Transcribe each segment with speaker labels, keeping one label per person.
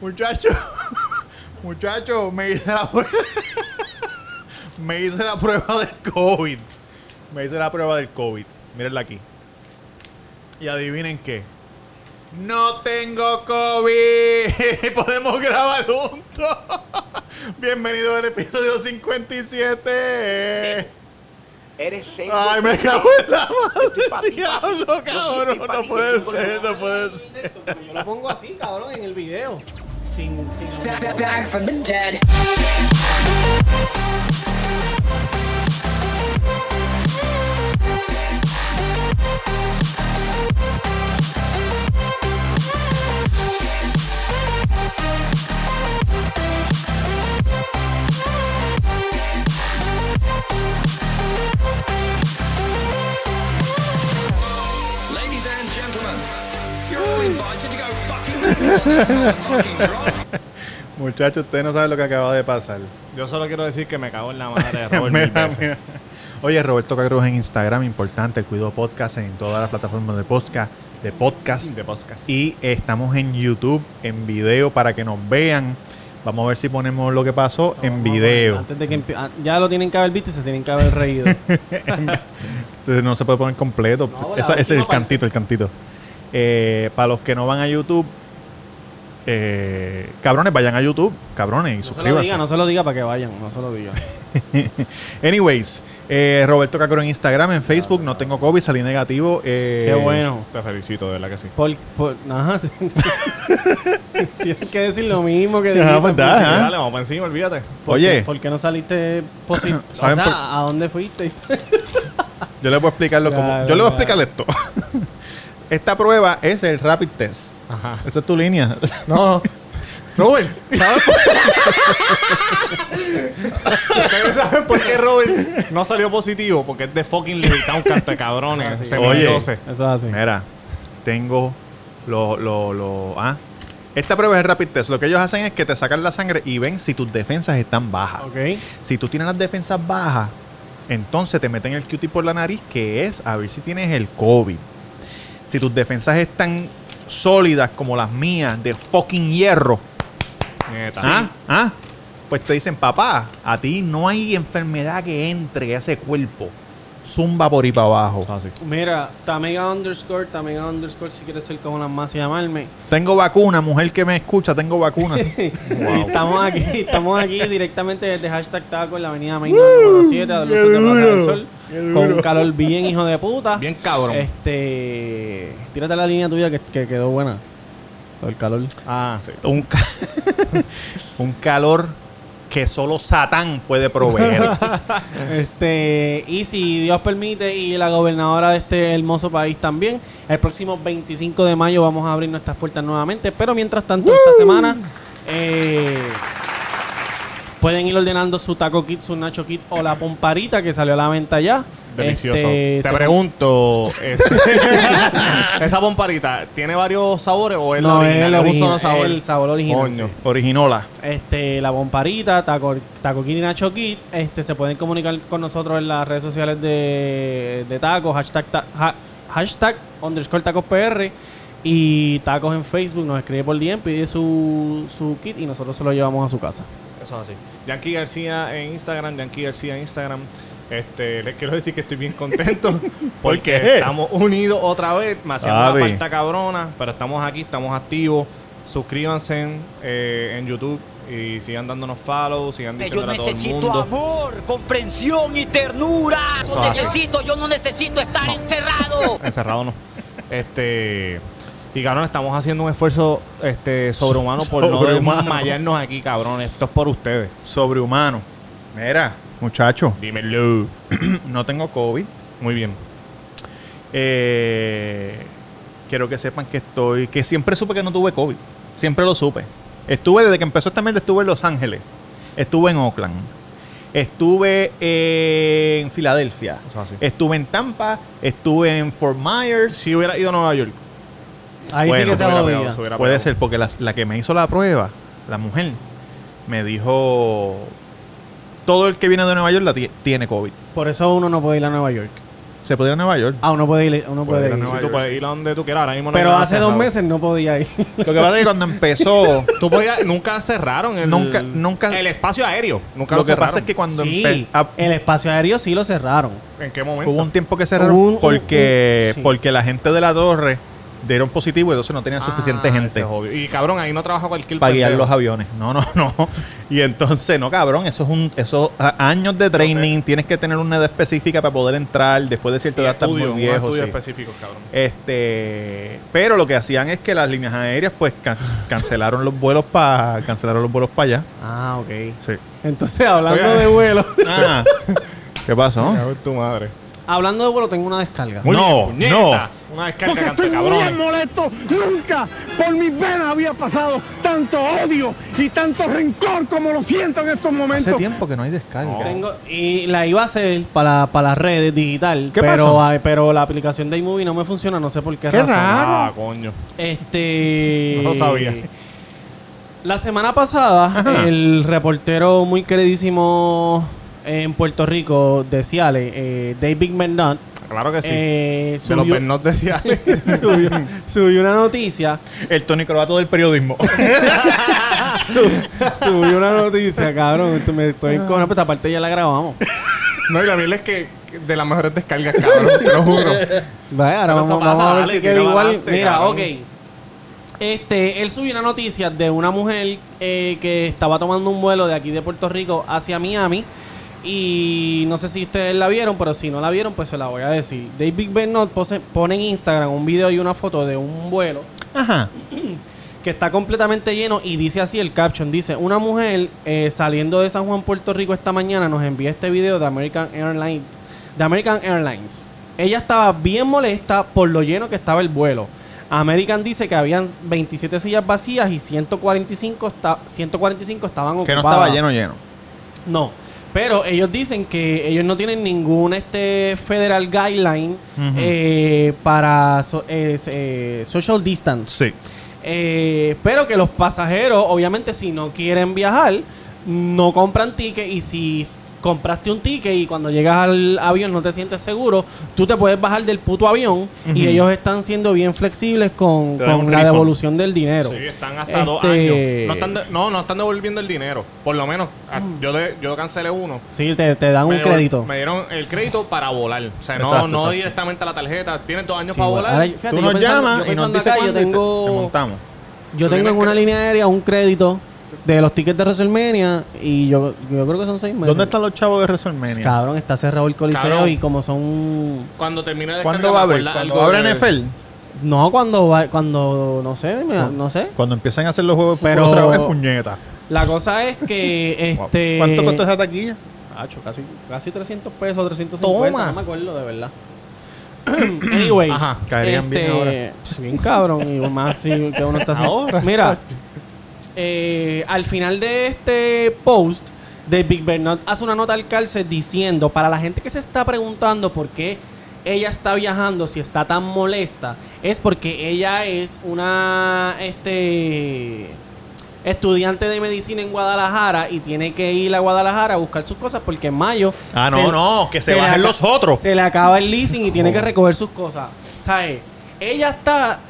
Speaker 1: Muchacho, muchacho, me hice la prueba. Me hice la prueba del COVID. Me hice la prueba del COVID. Mírenla aquí. Y adivinen qué. No tengo COVID. Podemos grabar juntos. Bienvenido al episodio 57.
Speaker 2: Eres seco.
Speaker 1: Ay, me cago en la madre. Diablo,
Speaker 2: Yo soy
Speaker 1: cabrón.
Speaker 2: Team
Speaker 1: No
Speaker 2: Papi,
Speaker 1: puede
Speaker 2: Team
Speaker 1: ser, no puede ser.
Speaker 3: Yo lo pongo así, cabrón, en el video. Sin, sin
Speaker 4: Back, back, back from the dead.
Speaker 5: Ladies and gentlemen, you're all invited to go fucking fucking drive.
Speaker 1: Muchacho, usted no sabe lo que acaba de pasar.
Speaker 3: Yo solo quiero decir que me cago en la madre de Robert mil
Speaker 1: Mira,
Speaker 3: veces.
Speaker 1: mira. Oye, Roberto Cagros en Instagram, importante, el Cuido Podcast en todas las plataformas de podcast, de podcast.
Speaker 3: De podcast.
Speaker 1: Y estamos en YouTube, en video, para que nos vean. Vamos a ver si ponemos lo que pasó en video.
Speaker 3: Antes de que empie- ah, ya lo tienen que haber visto y se tienen que haber reído.
Speaker 1: Entonces, No se puede poner completo.
Speaker 3: No, la
Speaker 1: Esa- ese es el
Speaker 3: última
Speaker 1: cantito, el cantito. Eh, para los que no van a YouTube, eh, cabrones, vayan a YouTube, cabrones, y
Speaker 3: No se lo
Speaker 1: suscríbanse. Eh.
Speaker 3: diga, no se lo diga para que vayan, no se lo diga.
Speaker 1: Anyways, eh, Roberto Cacro en Instagram, en Facebook, no tengo COVID, salí negativo. eh,
Speaker 3: Qué bueno.
Speaker 6: Te felicito, de verdad que sí.
Speaker 3: Por, por, ajá. Tienes que decir lo mismo que
Speaker 1: Ah, pues da,
Speaker 3: al
Speaker 1: ajá.
Speaker 6: Dale, vamos para encima, olvídate.
Speaker 3: principio. ¿Por
Speaker 1: Oye,
Speaker 3: qué- ¿Por qué no saliste positivo? O sea,
Speaker 1: ¿Saben por-
Speaker 3: ¿a dónde fuiste?
Speaker 1: yo le voy a explicarlo como-
Speaker 3: Claro,
Speaker 1: Yo le voy a explicar
Speaker 3: claro.
Speaker 1: esto. Esta prueba es el rapid test.
Speaker 3: Ajá.
Speaker 1: Esa es tu línea.
Speaker 3: No. Robert,
Speaker 6: ¿Ustedes saben por qué Robert no salió positivo? Porque es de fucking Levitown, canta cabrones.
Speaker 3: sí.
Speaker 6: Se
Speaker 1: Oye.
Speaker 6: me entonces.
Speaker 3: Eso es así.
Speaker 1: Mira, tengo lo, lo, lo- ah. Esta prueba es el rapid test. Lo que ellos hacen es que te sacan la sangre y ven si tus defensas están bajas.
Speaker 3: Ok.
Speaker 1: Si tú tienes las defensas bajas, entonces te meten el cutie por la nariz, que es a ver si tienes el COVID. Si tus defensas están sólidas como las mías, de fucking hierro,
Speaker 6: Neta.
Speaker 1: ¿ah? ¿ah? pues te dicen, papá, a ti no hay enfermedad que entre a ese cuerpo. Zumba por ahí para abajo.
Speaker 6: Ah, sí.
Speaker 3: Mira, Tamega underscore, Tamega underscore, si quieres ser como las más y llamarme.
Speaker 1: Tengo vacuna, mujer que me escucha, tengo vacuna.
Speaker 3: Y estamos aquí, estamos aquí directamente desde hashtag taco en la avenida Main número 7, a las luces de Plaza del Sol, con un calor bien hijo de puta.
Speaker 6: Bien cabrón.
Speaker 3: Este, tírate la línea tuya que, que quedó buena. Por el calor.
Speaker 6: Ah, sí.
Speaker 1: un, ca- un calor que solo Satán puede proveer.
Speaker 3: Este, y si Dios permite y la gobernadora de este hermoso país también, el próximo 25 de mayo vamos a abrir nuestras puertas nuevamente, pero mientras tanto esta semana eh, pueden ir ordenando su taco kit, su nacho kit o la pomparita que salió a la venta ya.
Speaker 6: Delicioso.
Speaker 3: Este,
Speaker 6: Te
Speaker 3: se-
Speaker 6: pregunto, este, esa pomparita, ¿tiene varios sabores o es la
Speaker 3: no, es
Speaker 6: original?
Speaker 3: el,
Speaker 6: un
Speaker 3: original,
Speaker 6: solo sabor?
Speaker 3: es el sabor original.
Speaker 6: Coño.
Speaker 3: sí.
Speaker 1: Originola.
Speaker 3: este, la bomparita, Taco, Taco Kid y Nacho Kid, este, se pueden comunicar con nosotros en las redes sociales de, de Taco, hashtag, ta- ha- hashtag underscore tacos PR y Tacos en Facebook, nos escribe por DM, pide su, su kit y nosotros se lo llevamos a su casa.
Speaker 6: Eso es así. Yankee García en Instagram, Yankee García en Instagram. Este, les quiero decir que estoy bien contento porque
Speaker 1: qué?
Speaker 6: estamos unidos otra vez, me hacía una
Speaker 1: Papi.
Speaker 6: falta cabrona, pero estamos aquí, estamos activos. Suscríbanse en, eh, en YouTube y sigan dándonos follow, sigan
Speaker 7: Yo
Speaker 6: diciéndole a todo el
Speaker 7: necesito
Speaker 6: mundo.
Speaker 7: amor, comprensión y ternura.
Speaker 6: Eso
Speaker 7: Yo
Speaker 6: hace.
Speaker 7: necesito, yo no necesito estar
Speaker 6: No.
Speaker 7: encerrado.
Speaker 6: Encerrado no. Este y cabrón, estamos haciendo un esfuerzo este sobrehumano por
Speaker 1: Sobrehumano.
Speaker 6: no desmayarnos aquí, cabrón. Esto es por ustedes.
Speaker 1: Sobrehumano. Mira, muchacho,
Speaker 6: Dímelo.
Speaker 1: no tengo COVID.
Speaker 6: Muy bien.
Speaker 1: Eh, quiero que sepan que estoy, que siempre supe que no tuve COVID. Siempre lo supe. Estuve desde que empezó esta mierda, estuve en Los Ángeles. Estuve en Oakland. Estuve eh, en Filadelfia.
Speaker 6: Eso es así. Eh,
Speaker 1: Estuve en Tampa. Estuve en Fort Myers.
Speaker 6: Si hubiera ido a Nueva York,
Speaker 3: Ahí
Speaker 1: Bueno,
Speaker 3: sí que se
Speaker 6: hubiera
Speaker 3: jodía.
Speaker 6: pegado, se hubiera
Speaker 1: Puede
Speaker 6: pegado.
Speaker 1: ser, porque las- la, que me hizo la prueba, la mujer, me dijo: Todo el que viene de Nueva York la tie- tiene COVID.
Speaker 3: Por eso uno no puede ir a Nueva York.
Speaker 1: Se puede ir a Nueva York.
Speaker 3: Ah, uno puede ir. Uno puede
Speaker 1: ir a
Speaker 3: ir.
Speaker 1: Nueva
Speaker 6: Sí,
Speaker 1: York.
Speaker 6: tú puedes ir a donde tú quieras. Ahora mismo no hay
Speaker 3: Pero
Speaker 6: nada
Speaker 3: hace dos
Speaker 6: cerrado.
Speaker 3: meses no podía ir.
Speaker 1: Lo que pasa es que cuando empezó.
Speaker 6: Tú podías- nunca cerraron el,
Speaker 1: Nunca- nunca-
Speaker 6: el espacio aéreo. Nunca
Speaker 1: lo
Speaker 6: lo
Speaker 1: que pasa
Speaker 6: cerraron.
Speaker 1: es que cuando
Speaker 3: sí,
Speaker 1: empe- ah,
Speaker 3: el espacio aéreo sí lo cerraron.
Speaker 6: ¿En qué momento?
Speaker 1: hubo un tiempo que cerraron
Speaker 3: Hubo un-
Speaker 1: porque,
Speaker 3: un- sí.
Speaker 1: porque la gente de la torre dieron positivo y entonces no tenían
Speaker 6: Ah,
Speaker 1: suficiente gente.
Speaker 6: ese hobby. Y cabrón, ahí no trabaja cualquier
Speaker 1: para guiar
Speaker 6: pendejo.
Speaker 1: los aviones. No, no, no. Y entonces, no, cabrón, eso es un, eso a- años de training, tienes que tener una edad específica para poder entrar, después de cierta
Speaker 6: Y
Speaker 1: edad estás muy
Speaker 6: estudio, un
Speaker 1: viejo.
Speaker 6: estudio
Speaker 1: sí.
Speaker 6: específico, cabrón.
Speaker 1: Este, pero lo que hacían es que las líneas aéreas pues can- cancelaron los vuelos para cancelaron los vuelos para allá.
Speaker 3: Ah, ok.
Speaker 1: Sí.
Speaker 3: Entonces, hablando
Speaker 6: Estoy-
Speaker 3: de vuelo.
Speaker 1: Ah, ¿Qué pasó?
Speaker 6: Cabrón, tu madre.
Speaker 3: hablando de vuelo, tengo una descarga.
Speaker 1: Muy- Oh, No,
Speaker 6: bien,
Speaker 1: no.
Speaker 6: puñeta. Una descarga canto de cabrones.
Speaker 2: molesto. Nunca por mis venas había pasado tanto odio y tanto rencor como lo siento en estos momentos.
Speaker 1: Hace tiempo que no hay descarga.
Speaker 3: Tengo- y la iba a hacer para, para las redes digital.
Speaker 1: ¿Qué
Speaker 3: pero,
Speaker 1: pasó?
Speaker 3: ay, pero la aplicación de iMovie no me funciona, no sé por qué,
Speaker 1: Qué
Speaker 3: razón.
Speaker 1: raro.
Speaker 6: Ah, coño.
Speaker 3: Este.
Speaker 6: No lo sabía.
Speaker 3: La semana pasada,
Speaker 1: Ajá.
Speaker 3: el reportero muy queridísimo en Puerto Rico de Ciales, eh, David Mernot,
Speaker 6: Claro que sí.
Speaker 3: eh,
Speaker 6: de los
Speaker 3: subió-
Speaker 6: pernos de Ciales.
Speaker 3: subió- subió una noticia
Speaker 1: El Tony Croato del periodismo.
Speaker 3: Subió una noticia, cabrón. Tú Me estoy en pero esta parte ya la grabamos.
Speaker 6: no, y la mierda es que que de las mejores descargas, cabrón, te lo juro.
Speaker 3: Vale,
Speaker 6: Pero
Speaker 3: ahora vamos,
Speaker 6: eso pasa,
Speaker 3: vamos a ver
Speaker 6: dale,
Speaker 3: si queda
Speaker 6: tira
Speaker 3: igual.
Speaker 6: pa'lante,
Speaker 3: Mira,
Speaker 6: cabrón.
Speaker 3: ok. Este, él subió una noticia de una mujer eh, que estaba tomando un vuelo de aquí de Puerto Rico hacia Miami. Y no sé si ustedes la vieron, pero si no la vieron, pues se la voy a decir. David Bernot pose- pone en Instagram un video y una foto de un vuelo
Speaker 1: Ajá.
Speaker 3: que está completamente lleno y dice así el caption, dice, una mujer eh, saliendo de San Juan, Puerto Rico esta mañana nos envía este video de American Airlines. De American Airlines. Ella estaba bien molesta por lo lleno que estaba el vuelo. American dice que habían 27 sillas vacías y 145, esta- 145 estaban ocupadas.
Speaker 1: Que no estaba lleno lleno.
Speaker 3: No. Pero ellos dicen que ellos no tienen ningún este federal guideline
Speaker 1: Ujú.
Speaker 3: eh, para so- eh, eh, social distance.
Speaker 1: Sí.
Speaker 3: Eh, pero que los pasajeros, obviamente, si no quieren viajar, no compran ticket. Y si s- compraste un ticket y cuando llegas al avión no te sientes seguro, tú te puedes bajar del puto avión. Y
Speaker 1: Ujú.
Speaker 3: ellos están siendo bien flexibles con,
Speaker 1: Te dan
Speaker 3: con
Speaker 1: un
Speaker 3: la
Speaker 1: refund.
Speaker 3: devolución del dinero.
Speaker 6: Sí, están hasta dos años.
Speaker 3: Este-
Speaker 6: No están, de- no, no están devolviendo el dinero. Por lo menos, a- yo, le- yo cancelé uno.
Speaker 3: Sí, te, te dan
Speaker 6: Me
Speaker 3: un
Speaker 6: devol-
Speaker 3: crédito.
Speaker 6: Me dieron el crédito para volar. O sea, no,
Speaker 1: Exacto,
Speaker 6: no
Speaker 1: exacto.
Speaker 6: directamente a la tarjeta. Tienes dos años
Speaker 3: Sí,
Speaker 6: para
Speaker 3: bueno,
Speaker 6: volar.
Speaker 3: ahora yo-
Speaker 1: Tú
Speaker 3: fíjate, yo
Speaker 1: nos
Speaker 3: pensando-
Speaker 1: llamas
Speaker 3: yo
Speaker 1: y nos
Speaker 3: pensando
Speaker 1: dices
Speaker 3: acá, yo
Speaker 1: cuándo y te-
Speaker 3: tengo-
Speaker 1: te montamos.
Speaker 3: Yo
Speaker 6: Tú
Speaker 3: tengo en
Speaker 6: tienes
Speaker 3: una
Speaker 6: que-
Speaker 3: línea aérea un crédito de los tickets de WrestleMania y yo, yo creo que son seis meses.
Speaker 1: ¿Dónde están los chavos de WrestleMania?
Speaker 3: Cabrón, está cerrado el coliseo
Speaker 6: Cabrón.
Speaker 3: y como son
Speaker 6: Cuando termine de
Speaker 1: ¿Cuándo va a haber? ¿Cuándo va a haber NFL?
Speaker 3: No, cuando va, cuando no sé, me- no sé.
Speaker 1: Cuando empiezan a hacer los juegos de fútbol
Speaker 3: Pero-
Speaker 1: otra vez, puñeta.
Speaker 3: La cosa es que este
Speaker 1: ¿Cuánto costó esa taquilla?
Speaker 3: Acho, casi casi 300 pesos, 350,
Speaker 6: Toma.
Speaker 3: no me acuerdo de verdad. Anyways,
Speaker 6: Ajá,
Speaker 1: caerían bien ahora.
Speaker 3: pues, bien cabrón y más si que uno está haciendo. Mira, eh, al final de este post de Big Bernard hace una nota al calce diciendo para la gente que se está preguntando por qué ella está viajando si está tan molesta es porque ella es una este estudiante de medicina en Guadalajara y tiene que ir a Guadalajara a buscar sus cosas porque en mayo
Speaker 1: Ah, no,
Speaker 3: se-
Speaker 1: no, que se,
Speaker 3: le
Speaker 1: bajen
Speaker 3: aca-
Speaker 1: los otros. Oh.
Speaker 3: Se le acaba el leasing y tiene que recoger sus cosas. ¿Sabes? Ella está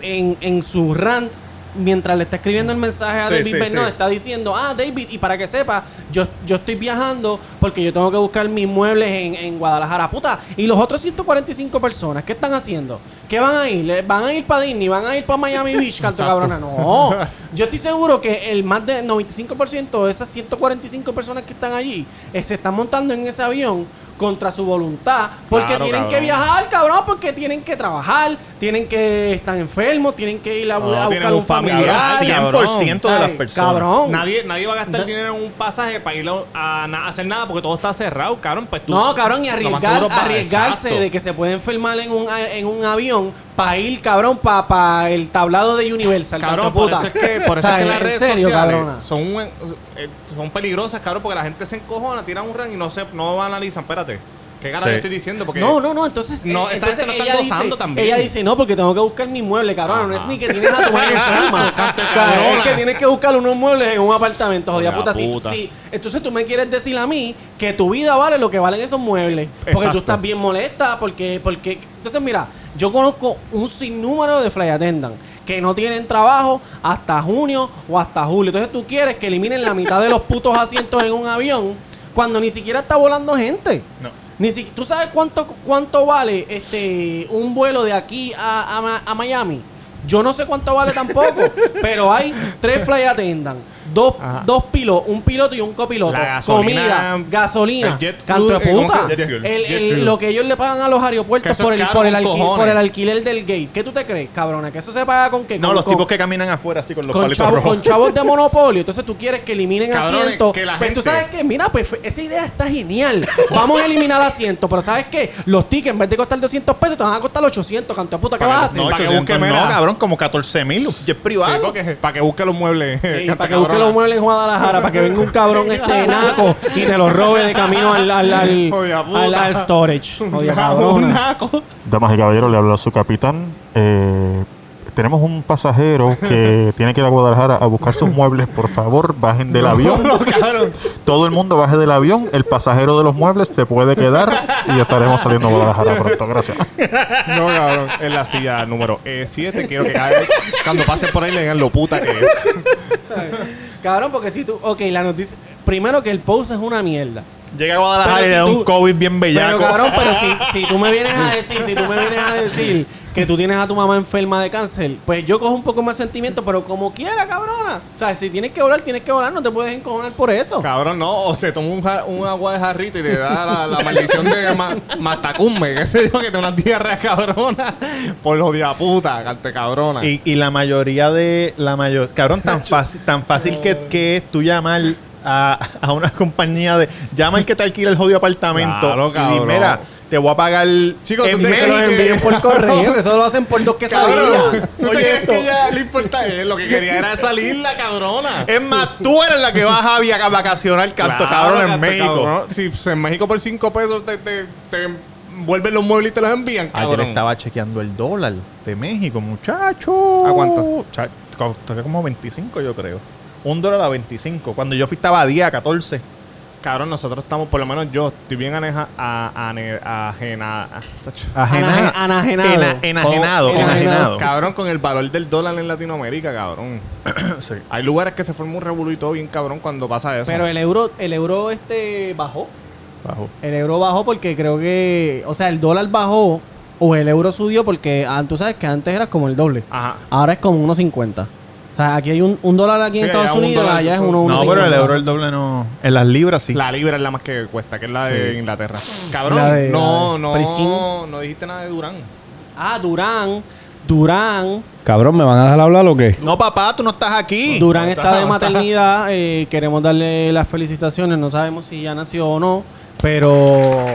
Speaker 3: en, en su rant. Mientras le está escribiendo el mensaje a
Speaker 1: Sí,
Speaker 3: David
Speaker 1: sí,
Speaker 3: Bernard,
Speaker 1: sí.
Speaker 3: está diciendo, ah, David, y para que sepa, yo, yo estoy viajando porque yo tengo que buscar mis muebles en, en Guadalajara. Puta, y los otros 145 personas, ¿qué están haciendo? ¿Qué van a ir? ¿Le- ¿Van a ir para Disney? ¿Van a ir para Miami Beach, canto cabrona? No. Yo estoy seguro que el más de 95% de esas 145 personas que están allí eh, se están montando en ese avión contra su voluntad porque
Speaker 6: Claro,
Speaker 3: tienen que
Speaker 6: cabrón.
Speaker 3: viajar, cabrón, porque tienen que trabajar, tienen que estar enfermos, tienen que ir a, bu-
Speaker 6: No,
Speaker 3: a
Speaker 6: tienen
Speaker 3: buscar
Speaker 6: un
Speaker 3: un familiar.
Speaker 1: Cabrón,
Speaker 6: Ay,
Speaker 1: 100% de las
Speaker 3: ¿sabes?
Speaker 1: personas.
Speaker 3: Cabrón.
Speaker 6: Nadie, nadie va a gastar dinero en un pasaje para ir a, a na- hacer nada porque todo está cerrado, cabrón. Pues tú,
Speaker 3: No, cabrón, y
Speaker 6: lo más
Speaker 3: arriesgar,
Speaker 6: seguro va-
Speaker 3: arriesgarse
Speaker 6: Exacto.
Speaker 3: de que se puede enfermar en un, a- en un avión para ir, cabrón, para el tablado de Universal.
Speaker 6: Cabrón,
Speaker 3: canto
Speaker 6: por
Speaker 3: puta.
Speaker 6: eso es que, por eso
Speaker 3: O
Speaker 6: es
Speaker 3: sea,
Speaker 6: que las
Speaker 3: en
Speaker 6: redes
Speaker 3: serio,
Speaker 6: sociales
Speaker 3: cabrona.
Speaker 6: son, un- eh, son peligrosas, cabrón, porque la gente se encojona, tiran un ran y no se no analizan. Espérate, ¿Qué cara
Speaker 1: Sí.
Speaker 6: le estoy diciendo? Porque
Speaker 3: No, no, no, entonces.
Speaker 6: No,
Speaker 3: eh,
Speaker 6: esta
Speaker 3: entonces
Speaker 6: gente no está
Speaker 3: ella
Speaker 6: gozando
Speaker 3: dice-
Speaker 6: también.
Speaker 3: Ella dice, no, porque tengo que buscar mi mueble, cabrón. No es
Speaker 6: Ajá.
Speaker 3: ni que tienes a tu madre enferma. O sea,
Speaker 6: cabrona.
Speaker 3: es que tienes que buscar unos muebles en un apartamento, jodida
Speaker 6: Joder,
Speaker 3: puta. sí,
Speaker 6: puta.
Speaker 3: sí. Entonces tú me quieres decir a mí que tu vida vale lo que valen esos muebles. Porque
Speaker 6: Exacto.
Speaker 3: tú estás bien molesta, porque, porque. Entonces, mira, yo conozco un sinnúmero de fly attendant que no tienen trabajo hasta junio o hasta julio. Entonces tú quieres que eliminen la mitad de los putos asientos en un avión cuando ni siquiera está volando gente.
Speaker 1: No.
Speaker 3: Ni si, ¿Tú sabes cuánto, cuánto vale este un vuelo de aquí a, a Ma- a Miami? Yo no sé cuánto vale tampoco, pero hay tres fly attendant, dos,
Speaker 6: Ajá.
Speaker 3: dos pilotos, un piloto y un copiloto.
Speaker 6: La gasolina,
Speaker 3: comida, gasolina,
Speaker 6: el jet
Speaker 3: canto de
Speaker 6: fuel, eh,
Speaker 3: puta.
Speaker 6: ¿cómo que-
Speaker 1: Jet fuel,
Speaker 3: El-
Speaker 6: jet
Speaker 3: el-
Speaker 6: fuel.
Speaker 3: lo que ellos le pagan a los aeropuertos
Speaker 6: eso
Speaker 3: por
Speaker 6: es
Speaker 3: el,
Speaker 6: caro
Speaker 3: por, el
Speaker 6: con
Speaker 3: alquil-
Speaker 6: cojones.
Speaker 3: por el alquiler del gate. ¿Qué tú te crees, cabrona? ¿Que eso se paga con qué?
Speaker 1: No,
Speaker 3: Con-
Speaker 1: los
Speaker 3: con-
Speaker 1: tipos que caminan afuera así con los
Speaker 3: con
Speaker 1: palitos
Speaker 3: chavos,
Speaker 1: rojos.
Speaker 3: con chavos de monopolio. Entonces tú quieres que eliminen
Speaker 6: Cabrones,
Speaker 3: asientos.
Speaker 6: que la
Speaker 3: Pues tú
Speaker 6: gente-
Speaker 3: sabes que, mira, pues esa idea está genial. Vamos a eliminar asientos, pero ¿sabes qué? Los tickets en vez de costar 200 pesos te van a costar 800, canto de puta, ¿qué
Speaker 6: Para
Speaker 3: vas a
Speaker 6: que-
Speaker 3: hacer?
Speaker 1: no,
Speaker 6: para que
Speaker 1: 800,
Speaker 6: busque, mira.
Speaker 1: no, cabrón, como 14 mil. Es
Speaker 6: Sí,
Speaker 1: privado.
Speaker 6: porque- para que busque los muebles.
Speaker 3: Ey,
Speaker 6: canta
Speaker 3: para que busque
Speaker 6: cabrona.
Speaker 3: los muebles en Guadalajara, para que venga un cabrón este naco y te los robe de camino al, al, al,
Speaker 6: Jodia puta.
Speaker 3: al- al storage. Jodia
Speaker 6: Un
Speaker 3: cabrona.
Speaker 6: naco.
Speaker 8: Damas y caballeros, le habla su capitán. Eh, tenemos un pasajero que tiene que ir a Guadalajara a buscar sus muebles. Por favor, bajen del avión. Todo el mundo baje del avión. El pasajero de los muebles se puede quedar y estaremos saliendo a Guadalajara pronto. Gracias.
Speaker 6: No, cabrón. En la silla número 7 quiero que hagan- cuando pasen por ahí le digan lo puta que es.
Speaker 3: Cabrón, porque si tú. Ok, la noticia. Primero que el post es una mierda.
Speaker 1: Llega a Guadalajara y
Speaker 3: Pero si
Speaker 1: le da
Speaker 3: tú-
Speaker 1: un COVID bien
Speaker 3: Pero
Speaker 1: bellaco.
Speaker 3: cabrón, pero si, si tú me vienes a decir, si tú me vienes a decir que tú tienes a tu mamá enferma de cáncer, pues yo cojo un poco más sentimiento, pero como quiera, cabrona. O sea, si tienes que volar, tienes que volar, no te puedes encojonar por eso.
Speaker 6: Cabrón, no. O se toma un, ja- un agua de jarrito y le da la, la maldición de ma- matacumbe. Que se yo, que tiene una diarrea cabrona. Por los diaputa, cante cabrona.
Speaker 1: Y, y la mayoría de la mayor cabrón tan fácil tan fácil que, que es tú llamar a, a una compañía de llama al que te alquila el jodido apartamento
Speaker 6: Claro,
Speaker 1: y di,
Speaker 6: cabrón.
Speaker 1: mira te voy a pagar
Speaker 6: Chico, tú
Speaker 1: en
Speaker 6: te-
Speaker 3: Que los
Speaker 1: México.
Speaker 3: envíen por correo, que eso lo hacen por dos quesadillas.
Speaker 6: Cabrón, ¿tú
Speaker 1: Oye,
Speaker 6: te crees
Speaker 1: esto.
Speaker 6: que ya le importa él? Lo que quería era salir la cabrona.
Speaker 1: es más tú eres la que vas a via- a vacacionar Eh, canto
Speaker 6: Claro,
Speaker 1: cabrón en
Speaker 6: canto
Speaker 1: México
Speaker 6: cabrón. Si pues, en México por 5 pesos te, te, te vuelven los muebles y te los envían,
Speaker 1: Ayer
Speaker 6: cabrón.
Speaker 1: estaba chequeando el dólar de México, muchacho.
Speaker 6: ¿A cuánto?
Speaker 1: Cha- costó como 25, yo creo. Un dólar a 25. Cuando yo fui estaba a 10, a 14.
Speaker 6: Cabrón, nosotros estamos, por lo menos yo, estoy bien aneja, a, ane- ajena, a-
Speaker 1: Ajena-
Speaker 3: Ana- anajenado.
Speaker 1: Ena- enajenado.
Speaker 3: Con-
Speaker 1: enajenado.
Speaker 6: Cabrón, con el valor del dólar en Latinoamérica, cabrón.
Speaker 1: Sí.
Speaker 6: Hay lugares que se forma un revolú y todo bien cabrón cuando pasa eso.
Speaker 3: Pero el euro, el euro este bajó.
Speaker 1: Bajo.
Speaker 3: El euro bajó porque creo que, o sea, el dólar bajó o el euro subió porque ah, tú sabes que antes era como el doble.
Speaker 6: Ajá.
Speaker 3: Ahora es como 1.50. O sea, aquí hay un, un dólar aquí en
Speaker 6: Sí,
Speaker 3: Estados
Speaker 6: allá un
Speaker 3: Unidos,
Speaker 6: dólar,
Speaker 3: allá es
Speaker 6: sí, sí.
Speaker 3: 1.50.
Speaker 1: No, pero el euro, el doble no. En las libras sí.
Speaker 6: La libra es la más que cuesta, que es la de Inglaterra. Cabrón,
Speaker 3: La de-
Speaker 6: no,
Speaker 3: la de
Speaker 6: no,
Speaker 3: Priskin.
Speaker 6: no dijiste nada de Durán.
Speaker 3: Ah, Durán. Durán.
Speaker 9: Cabrón, ¿me van a dejar hablar o qué?
Speaker 1: No, papá, tú no estás aquí.
Speaker 3: Durán está de
Speaker 6: está-
Speaker 3: maternidad. eh, queremos darle las felicitaciones. No sabemos si ya nació o no, pero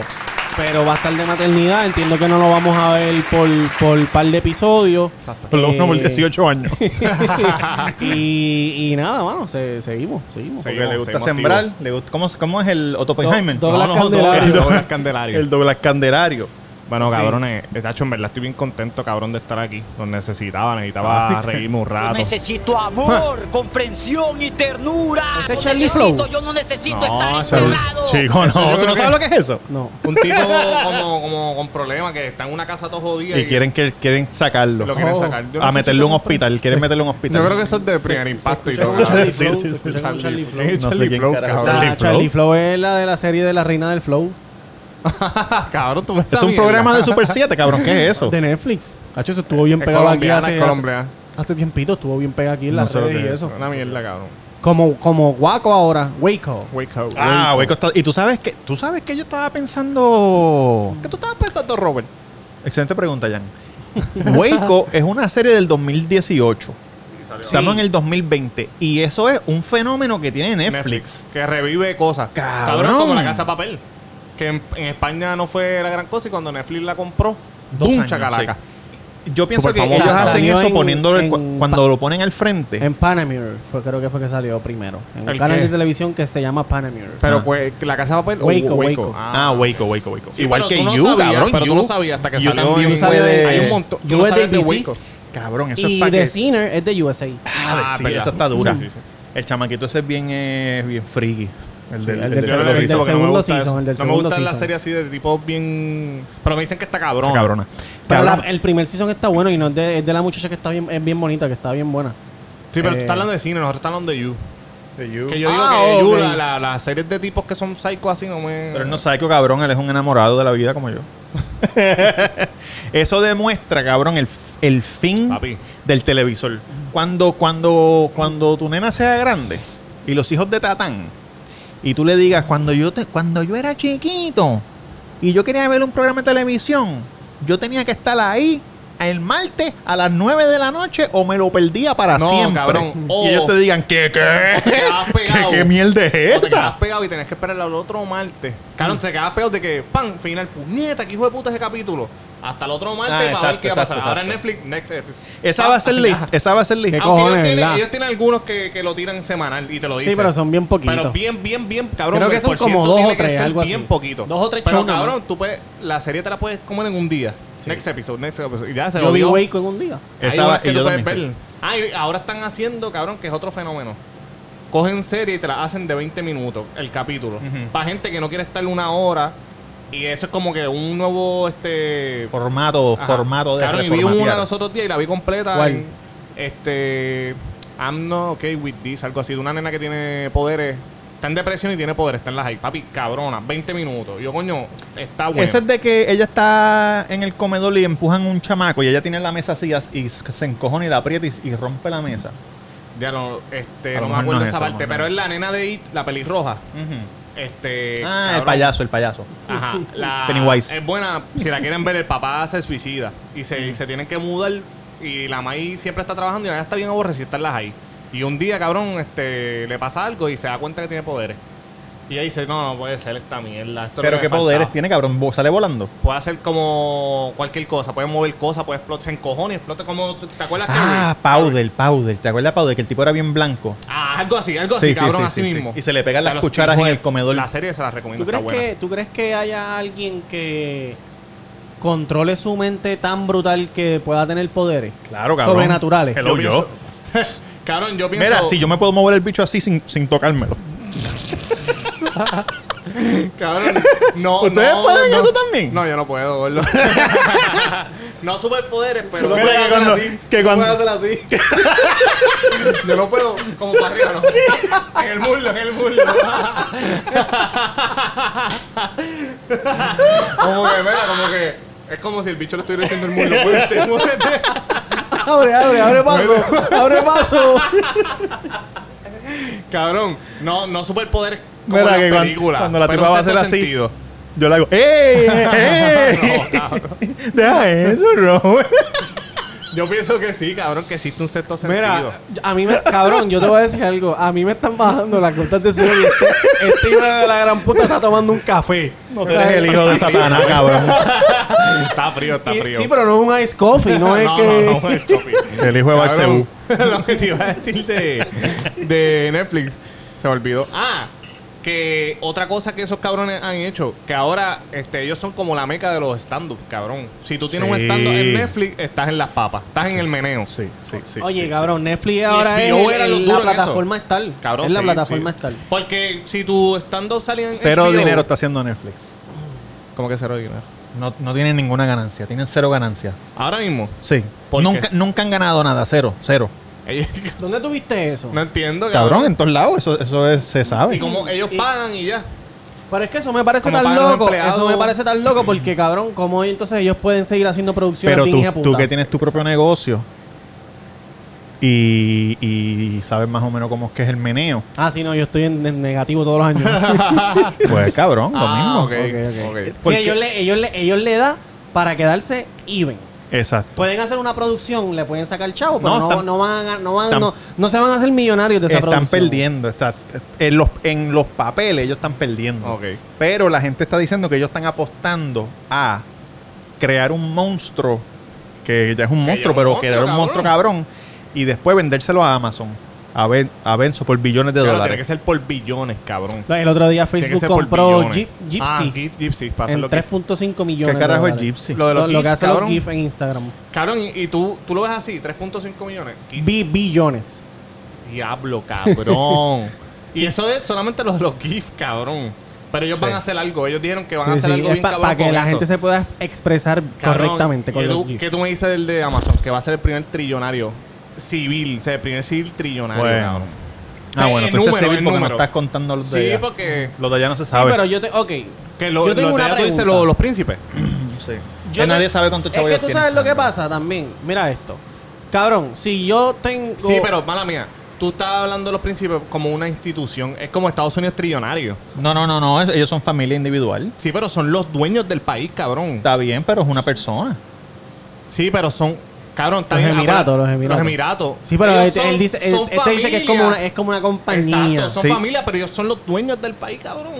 Speaker 3: pero va a estar de maternidad. Entiendo que no lo vamos a ver por por par de episodios. Exacto.
Speaker 1: Por lo menos por 18 años.
Speaker 3: y, y nada, mano, se- seguimos, seguimos.
Speaker 6: Sí.
Speaker 1: Porque le gusta
Speaker 6: seguimos
Speaker 1: sembrar. Le gusta, ¿cómo, ¿Cómo es el Otto Oppenheimer?
Speaker 3: Do- Douglas
Speaker 6: No, no,
Speaker 3: Candelario.
Speaker 6: Douglas- Douglas Candelario.
Speaker 1: El Douglas Candelario.
Speaker 6: Bueno,
Speaker 1: Sí.
Speaker 6: cabrones, eh, Tacho, en verdad estoy bien contento, cabrón, de estar aquí. Lo necesitaba,
Speaker 1: Ah,
Speaker 6: necesitaba reírme un
Speaker 7: Yo
Speaker 6: rato.
Speaker 7: necesito amor, comprensión y ternura.
Speaker 3: ¿Ese es
Speaker 7: Yo
Speaker 3: Charlie
Speaker 7: necesito-
Speaker 3: Flow?
Speaker 7: Yo no necesito
Speaker 6: Pues No,
Speaker 7: estar
Speaker 6: ese es el
Speaker 7: encerrado.
Speaker 1: Chico,
Speaker 6: Eso yo
Speaker 1: no, tú
Speaker 6: creo
Speaker 1: no
Speaker 6: que-
Speaker 1: sabes lo que es eso.
Speaker 3: No.
Speaker 6: Un tipo como, como con problemas que está en una casa todo jodida
Speaker 1: Y quieren Ah, que quieren sacarlo.
Speaker 6: lo quieren
Speaker 3: Oh.
Speaker 6: sacar. Yo no
Speaker 1: a
Speaker 6: sé si
Speaker 1: meterle un
Speaker 6: estamos-
Speaker 1: hospital. Quieren meterle un hospital.
Speaker 6: Yo creo que eso es de primer impacto y
Speaker 3: escucha
Speaker 6: todo.
Speaker 3: como Charlie
Speaker 1: Sí,
Speaker 3: Flow,
Speaker 1: sí,
Speaker 3: se
Speaker 1: sí,
Speaker 3: escucha
Speaker 6: Charlie,
Speaker 3: como Charlie
Speaker 6: Flow.
Speaker 3: Flow.
Speaker 6: Eh,
Speaker 1: No sé
Speaker 6: Charlie
Speaker 1: quién
Speaker 6: Flow,
Speaker 1: carajo.
Speaker 6: cabrón.
Speaker 1: Charlie
Speaker 3: La-
Speaker 1: Flow.
Speaker 3: Ah, Charlie Flow es la de la serie de la reina del flow
Speaker 6: Cabrón, tú ves
Speaker 1: Es
Speaker 6: esa
Speaker 1: un
Speaker 6: mierda.
Speaker 1: programa de Super 7, cabrón. ¿Qué es eso?
Speaker 3: de Netflix. Hacho, eso estuvo bien
Speaker 6: Es
Speaker 3: pegado aquí
Speaker 6: colombiana,
Speaker 3: hace,
Speaker 6: es colombiana.
Speaker 3: hace- hace tiempito, estuvo bien pegado aquí en
Speaker 1: No
Speaker 3: las
Speaker 1: sé lo
Speaker 3: redes y
Speaker 1: que es.
Speaker 3: eso.
Speaker 6: Una mierda, cabrón.
Speaker 3: Como, como Waco ahora, Waco.
Speaker 6: Wake up.
Speaker 1: Ah, güey, costa- Y tú sabes que tú sabes que yo estaba pensando.
Speaker 6: ¿Qué tú estabas pensando, Robert?
Speaker 1: Excelente pregunta, Jan. Waco es una serie del 2018. Estamos en el 2020 y eso es un fenómeno que tiene Netflix.
Speaker 6: Que revive cosas.
Speaker 1: Cabrón.
Speaker 6: como la casa de papel. Que en, en España no fue la gran cosa y cuando Netflix la compró,
Speaker 1: Dos
Speaker 6: ¡pum!
Speaker 1: años,
Speaker 6: chacalaca.
Speaker 1: sí. yo pienso que
Speaker 8: Superfamosa.
Speaker 1: ellos hacen
Speaker 3: Salió
Speaker 1: eso
Speaker 3: en-
Speaker 1: poniéndolo el- cu-
Speaker 3: en
Speaker 1: cuando
Speaker 3: pa-
Speaker 1: lo ponen al frente.
Speaker 3: En Panamere, fue, creo que fue que salió primero. En un
Speaker 6: ¿El
Speaker 3: canal
Speaker 6: qué?
Speaker 3: de televisión que se llama Panamere.
Speaker 6: Pero
Speaker 1: Ah.
Speaker 6: pues la casa de papel.
Speaker 3: Waco, Waco.
Speaker 1: ah, Waco, Waco, Waco.
Speaker 6: Sí,
Speaker 1: Igual
Speaker 6: pero
Speaker 1: que
Speaker 6: tú no
Speaker 1: You,
Speaker 6: sabías,
Speaker 1: cabrón.
Speaker 6: Pero
Speaker 1: you,
Speaker 6: tú no sabías hasta que
Speaker 1: You
Speaker 6: salió
Speaker 1: también
Speaker 6: en-
Speaker 1: fue de-
Speaker 6: Hay un montón.
Speaker 3: You
Speaker 6: Tú no
Speaker 3: es
Speaker 6: sabes
Speaker 3: de
Speaker 6: de
Speaker 3: ABC.
Speaker 6: Waco.
Speaker 1: Cabrón, eso
Speaker 3: Y
Speaker 1: es para
Speaker 3: The
Speaker 1: que...
Speaker 3: Sinner es de USA.
Speaker 1: Ah,
Speaker 6: Ah,
Speaker 1: sí,
Speaker 6: verdad.
Speaker 1: esa está dura.
Speaker 6: Sí, sí, sí.
Speaker 1: El chamaquito ese es bien, eh, bien friki. El del,
Speaker 3: Sí,
Speaker 1: el
Speaker 3: el
Speaker 1: del
Speaker 3: del
Speaker 1: Cerro de
Speaker 3: Cerro del
Speaker 1: Rizo.
Speaker 3: Rizo.
Speaker 6: porque no me
Speaker 3: segundo
Speaker 6: gusta eso.
Speaker 3: season, el del
Speaker 6: No me
Speaker 3: segundo
Speaker 6: gustan las
Speaker 3: season.
Speaker 6: series así de tipo bien. Pero me dicen que está cabrón.
Speaker 1: Esa cabrona.
Speaker 3: Pero la-
Speaker 1: Cabrón.
Speaker 3: el primer season está bueno y no es de, es de la muchacha que está bien, es bien bonita, que está bien buena.
Speaker 6: Sí, pero tú
Speaker 3: Eh.
Speaker 6: estás hablando de cine, nosotros estamos hablando de You.
Speaker 1: De You.
Speaker 6: Que yo digo
Speaker 3: Ah,
Speaker 6: que You,
Speaker 3: ok.
Speaker 6: la- la- las series de tipos que son psycho así no me.
Speaker 1: Pero él no sabe que cabrón, él es un enamorado de la vida como yo. Eso demuestra, cabrón, el, f- el fin
Speaker 6: Papi.
Speaker 1: del televisor. Cuando, cuando, cuando tu nena sea grande y los hijos de Tatán, y tú le digas, cuando yo te, cuando yo era chiquito y yo quería ver un programa de televisión, yo tenía que estar ahí el martes a las 9 de la noche o me lo perdía para
Speaker 6: No,
Speaker 1: siempre.
Speaker 6: cabrón.
Speaker 1: Y
Speaker 6: O-
Speaker 1: ellos te digan, ¿qué,
Speaker 6: te
Speaker 1: qué?
Speaker 6: quedabas
Speaker 1: ¿Qué,
Speaker 6: pegado.
Speaker 1: qué mierda es
Speaker 6: O te quedas
Speaker 1: esa?
Speaker 6: pegado y tenés que esperar al otro martes. Claro, te quedas pegado de que, ¡pam! Final, puñeta, que hijo de puta ese capítulo. Hasta el otro martes
Speaker 1: Ah,
Speaker 6: para ver
Speaker 1: exacto,
Speaker 6: qué va a pasar.
Speaker 1: exacto,
Speaker 6: Ahora en
Speaker 1: exacto.
Speaker 6: Netflix, next episode.
Speaker 1: Esa va a ser
Speaker 6: Ah,
Speaker 1: lista. Esa va a ser lista.
Speaker 3: ¿Qué
Speaker 6: Aunque ellos
Speaker 3: cojones,
Speaker 6: tienen,
Speaker 3: verdad?
Speaker 6: ellos tienen algunos que, que lo tiran semanal y te lo dicen.
Speaker 3: Sí, pero son bien poquitos.
Speaker 6: Pero bien, bien, bien, cabrón.
Speaker 3: Creo que
Speaker 6: el
Speaker 3: son
Speaker 6: por
Speaker 3: como
Speaker 6: ciento
Speaker 3: dos
Speaker 6: tiene
Speaker 3: o
Speaker 6: que
Speaker 3: tres,
Speaker 6: ser
Speaker 3: algo
Speaker 6: bien
Speaker 3: así.
Speaker 6: poquito.
Speaker 3: Dos o tres
Speaker 6: Pero
Speaker 3: shows nada
Speaker 6: cabrón,
Speaker 3: más.
Speaker 6: tú puedes, la serie te la puedes comer en un día. Next episode, next episode. Y ya se
Speaker 3: Yo vi
Speaker 6: olvidó.
Speaker 3: Waco en un día.
Speaker 6: Hay
Speaker 1: Esa
Speaker 6: unas
Speaker 1: va-
Speaker 6: que
Speaker 1: y
Speaker 6: tú
Speaker 1: yo
Speaker 6: puedes
Speaker 1: también,
Speaker 6: ver. Ah, y ahora están haciendo, cabrón, que es otro fenómeno. Cogen serie y te la hacen de 20 minutos el capítulo.
Speaker 1: Ujú.
Speaker 6: Para gente que no quiere estar una hora. Y eso es como que un nuevo este
Speaker 1: Formato,
Speaker 6: Ajá.
Speaker 1: formato de
Speaker 6: Claro, y vi
Speaker 1: reformatear.
Speaker 6: una los otros días y la vi completa.
Speaker 3: ¿Cuál?
Speaker 6: en, este. I'm not okay with this, algo así. De una nena que tiene poderes. Está en depresión y tiene poderes. Está en la hype. Papi, cabrona, 20 minutos. Yo, coño, está bueno.
Speaker 1: Esa es de que ella está en el comedor y empujan un chamaco y ella tiene la mesa así as- y s- se encojona y la aprieta y, s- y rompe la mesa.
Speaker 6: Ya no, este,
Speaker 1: A lo
Speaker 6: no me
Speaker 1: mejor
Speaker 6: acuerdo
Speaker 1: no es esa,
Speaker 6: esa
Speaker 1: a lo
Speaker 6: parte.
Speaker 1: mejor
Speaker 6: Pero
Speaker 1: no
Speaker 6: es la nena de It, la pelirroja. Este.
Speaker 1: Ah, el
Speaker 6: cabrón.
Speaker 1: payaso, el payaso.
Speaker 6: Ajá. La,
Speaker 1: Pennywise.
Speaker 6: Es buena. Si la quieren ver, el papá se suicida. Y se, y se tienen que mudar. Y la maíz siempre está trabajando y la nena está bien aborrecida está en las ahí. Y un día, cabrón, este, le pasa algo y se da cuenta que tiene poderes. Y ella dice, no, no puede ser esta mierda. Esto es lo
Speaker 1: Pero
Speaker 6: que
Speaker 1: qué
Speaker 6: me
Speaker 1: poderes
Speaker 6: faltaba".
Speaker 1: tiene, cabrón. Vo- Sale volando.
Speaker 6: Puede hacer como cualquier cosa. Puede mover cosas, puede explotar. Se encojona y explota como... ¿Te acuerdas
Speaker 1: Ah,
Speaker 6: que...?
Speaker 1: Powder, Powder. ¿Te acuerdas, Powder? Que el tipo era bien blanco.
Speaker 6: Ah, algo así, algo así,
Speaker 1: Sí, sí,
Speaker 6: cabrón,
Speaker 1: sí,
Speaker 6: así
Speaker 1: sí, sí.
Speaker 6: mismo.
Speaker 1: Y se le pegan las
Speaker 6: Pero
Speaker 1: cucharas
Speaker 6: tipo
Speaker 1: en el
Speaker 6: de-
Speaker 1: comedor.
Speaker 6: La serie se la recomiendo,
Speaker 3: ¿Tú crees,
Speaker 6: está buena.
Speaker 3: que, ¿Tú crees que haya alguien que controle su mente tan brutal que pueda tener poderes?
Speaker 1: Claro, cabrón.
Speaker 3: Sobrenaturales.
Speaker 1: Hello, yo.
Speaker 6: pienso- Cabrón, yo pienso...
Speaker 1: Mira, si yo me puedo mover el bicho así sin, sin tocármelo.
Speaker 6: Cabrón, no.
Speaker 1: ¿Ustedes
Speaker 6: no,
Speaker 1: pueden
Speaker 6: no.
Speaker 1: eso también?
Speaker 6: No, yo no puedo, gordo. no superpoderes, pero.
Speaker 1: Mira
Speaker 6: puedo
Speaker 1: que
Speaker 6: hacer
Speaker 1: cuando-
Speaker 6: así.
Speaker 1: que
Speaker 6: No
Speaker 1: cuando-
Speaker 6: puedo hacer así. yo no puedo, como para arriba, no. En el muslo, en el muslo. como que, mira, como que. Es como si el bicho le estuviera diciendo el muslo. Muévete, muévete.
Speaker 3: Abre, abre, abre paso. abre paso.
Speaker 6: Cabrón, no, no superpoderes como
Speaker 1: Mira
Speaker 6: en
Speaker 1: que
Speaker 6: las
Speaker 1: cuando-
Speaker 6: películas.
Speaker 1: cuando la
Speaker 6: pero
Speaker 1: tipa
Speaker 6: un
Speaker 1: va a hacer
Speaker 6: sexto
Speaker 1: así.
Speaker 6: sentido.
Speaker 1: Yo le hago, ¡Ey! ¡Ey! Deja eso, Robert.
Speaker 6: Yo pienso que sí, cabrón, que existe un sexto sentido.
Speaker 3: Mira, a mí me, cabrón, yo te voy a decir algo. A mí me están bajando las cuentas de suelo y este, este hijo de la gran puta está tomando un café.
Speaker 1: No tú eres el hijo de Satanás, cabrón.
Speaker 6: Está frío, está
Speaker 3: Y-
Speaker 6: frío.
Speaker 3: sí, pero no es un ice coffee, no es que.
Speaker 6: no, no, es Coffee.
Speaker 1: El hijo de Barcebú.
Speaker 6: Cabrón, Lo que te iba a decir de, de Netflix. Se me olvidó. Ah, que otra cosa que esos cabrones han hecho, que ahora este, ellos son como la meca de los stand-up, cabrón. Si tú tienes un
Speaker 1: Sí.
Speaker 6: stand-up en Netflix, estás en las papas, estás en el meneo.
Speaker 1: Sí, sí, sí.
Speaker 3: Oye,
Speaker 1: sí,
Speaker 3: cabrón, Netflix ahora es,
Speaker 6: HBO era
Speaker 3: el-
Speaker 6: lo duro
Speaker 3: la
Speaker 6: en eso.
Speaker 3: plataforma Star.
Speaker 6: Cabrón,
Speaker 3: es la
Speaker 6: sí,
Speaker 3: plataforma
Speaker 6: sí.
Speaker 3: Star.
Speaker 6: Porque si tu stand-up sale en
Speaker 1: Cero
Speaker 6: HBO,
Speaker 1: dinero está haciendo Netflix.
Speaker 6: ¿Cómo que cero dinero?
Speaker 1: No, no tienen ninguna ganancia, tienen cero ganancia.
Speaker 6: Ahora mismo.
Speaker 1: Sí.
Speaker 6: ¿Por
Speaker 1: Nunca,
Speaker 6: qué?
Speaker 1: nunca han ganado nada, cero, cero.
Speaker 6: ellos-
Speaker 3: ¿Dónde tuviste eso?
Speaker 6: no entiendo,
Speaker 1: Cabrón,
Speaker 6: cabrón.
Speaker 1: en todos lados, eso, eso es- se
Speaker 6: Y
Speaker 1: sabe.
Speaker 6: como ellos pagan y ya.
Speaker 3: Pero es que eso me parece
Speaker 6: Como
Speaker 3: tan
Speaker 6: pagan los
Speaker 3: loco.
Speaker 6: empleados.
Speaker 3: Eso me parece tan loco porque, cabrón, como entonces ellos pueden seguir haciendo producciones
Speaker 1: Pero
Speaker 3: bien hija
Speaker 1: tú, tú
Speaker 3: puta?
Speaker 1: que tienes tu propio negocio y, y sabes más o menos cómo es que es el meneo,
Speaker 3: Ah, sí, no, yo estoy en, en negativo todos los años.
Speaker 1: pues cabrón, lo mismo.
Speaker 6: Ah, ok,
Speaker 3: Ok,
Speaker 6: ok.
Speaker 3: sí,
Speaker 1: Porque-
Speaker 3: ellos le, ellos, le, ellos le da para quedarse even.
Speaker 1: Exacto.
Speaker 3: Pueden hacer una producción, le pueden sacar chavo, pero
Speaker 1: No,
Speaker 3: no,
Speaker 1: están-
Speaker 3: no van a, no, van,
Speaker 1: están-
Speaker 3: no, no se van a hacer millonarios de esa
Speaker 1: Están
Speaker 3: producción.
Speaker 1: perdiendo, está, en, los, en los papeles ellos están perdiendo.
Speaker 6: Ok.
Speaker 1: Pero la gente está diciendo que ellos están apostando a crear un monstruo que ya es un monstruo,
Speaker 6: ya es un
Speaker 1: pero que era un
Speaker 6: monstruo,
Speaker 1: monstruo cabrón. Y después vendérselo a Amazon. A, Ben- a Benzo por billones de
Speaker 6: Claro, tiene que
Speaker 1: dólares.
Speaker 6: ser por billones, cabrón.
Speaker 3: El otro día
Speaker 6: Tiene que
Speaker 3: Facebook
Speaker 6: ser por
Speaker 3: compró
Speaker 6: billones.
Speaker 3: Jeep,
Speaker 6: Ah,
Speaker 3: Gypsy
Speaker 6: Gip- Gypsy, para hacer
Speaker 3: en
Speaker 6: lo que
Speaker 3: 3.5 millones.
Speaker 1: ¿Qué
Speaker 3: de
Speaker 1: carajo es
Speaker 3: dólares.
Speaker 1: Gypsy?
Speaker 6: Lo de
Speaker 3: Lo,
Speaker 6: los
Speaker 3: lo que
Speaker 6: GIFs,
Speaker 3: hace
Speaker 6: cabrón.
Speaker 3: los GIF en Instagram.
Speaker 6: Cabrón, y, y tú, tú lo ves así, 3.5 millones. Qué
Speaker 3: Bi- billones.
Speaker 6: diablo, cabrón. y eso es solamente los, los GIF, cabrón. Pero ellos van a hacer algo. Ellos dijeron que van a hacer algo bien
Speaker 3: para
Speaker 6: cabrón
Speaker 3: que
Speaker 6: con
Speaker 3: la
Speaker 6: eso.
Speaker 3: gente se pueda expresar
Speaker 6: Cabrón,
Speaker 3: correctamente con
Speaker 6: ¿y
Speaker 3: los
Speaker 6: tú-
Speaker 3: GIF.
Speaker 6: ¿Qué tú me dices del de Amazon? Que va a ser el primer trillonario civil. O sea, el primer civil trillonario,
Speaker 1: Bueno.
Speaker 6: cabrón.
Speaker 1: Ah,
Speaker 6: Sí,
Speaker 1: bueno,
Speaker 6: el
Speaker 1: tú dices
Speaker 6: número,
Speaker 1: civil
Speaker 6: el
Speaker 1: porque no
Speaker 6: número.
Speaker 1: estás contando los de
Speaker 6: Sí,
Speaker 1: allá.
Speaker 6: porque...
Speaker 1: Los de allá no se
Speaker 3: Sí,
Speaker 1: sabe.
Speaker 3: pero yo te. Ok.
Speaker 6: Que lo,
Speaker 3: Yo
Speaker 6: los
Speaker 3: tengo
Speaker 6: de
Speaker 3: una
Speaker 6: allá tú dices
Speaker 3: pregunta.
Speaker 6: los, los príncipes.
Speaker 1: Sí.
Speaker 3: Yo
Speaker 1: Que
Speaker 3: te-
Speaker 1: nadie sabe cuánto
Speaker 3: Es
Speaker 1: chavo
Speaker 3: que
Speaker 1: ellos
Speaker 3: tú
Speaker 1: tienen.
Speaker 3: sabes lo que pasa también. Mira esto. Cabrón, si yo tengo.
Speaker 6: Sí, pero, mala mía, tú estás hablando de los príncipes como una institución. Es como Estados Unidos trillonario.
Speaker 1: No, no, no, no. es- Ellos son familia individual.
Speaker 6: Sí, pero son los dueños del país, cabrón.
Speaker 1: Está bien, pero es una persona.
Speaker 6: Sí, pero son. Cabrón, está
Speaker 3: Los
Speaker 6: bien,
Speaker 3: Emiratos,
Speaker 6: acuérdate,
Speaker 3: los Emiratos.
Speaker 6: Los Emiratos.
Speaker 3: Sí, pero
Speaker 6: Ellos
Speaker 3: él,
Speaker 6: son-
Speaker 3: él dice, él-
Speaker 6: son
Speaker 3: este dice que es como una,
Speaker 6: familia.
Speaker 3: es como una compañía.
Speaker 6: Exacto, son
Speaker 1: Sí.
Speaker 6: familia, pero ellos son los dueños del país, cabrón.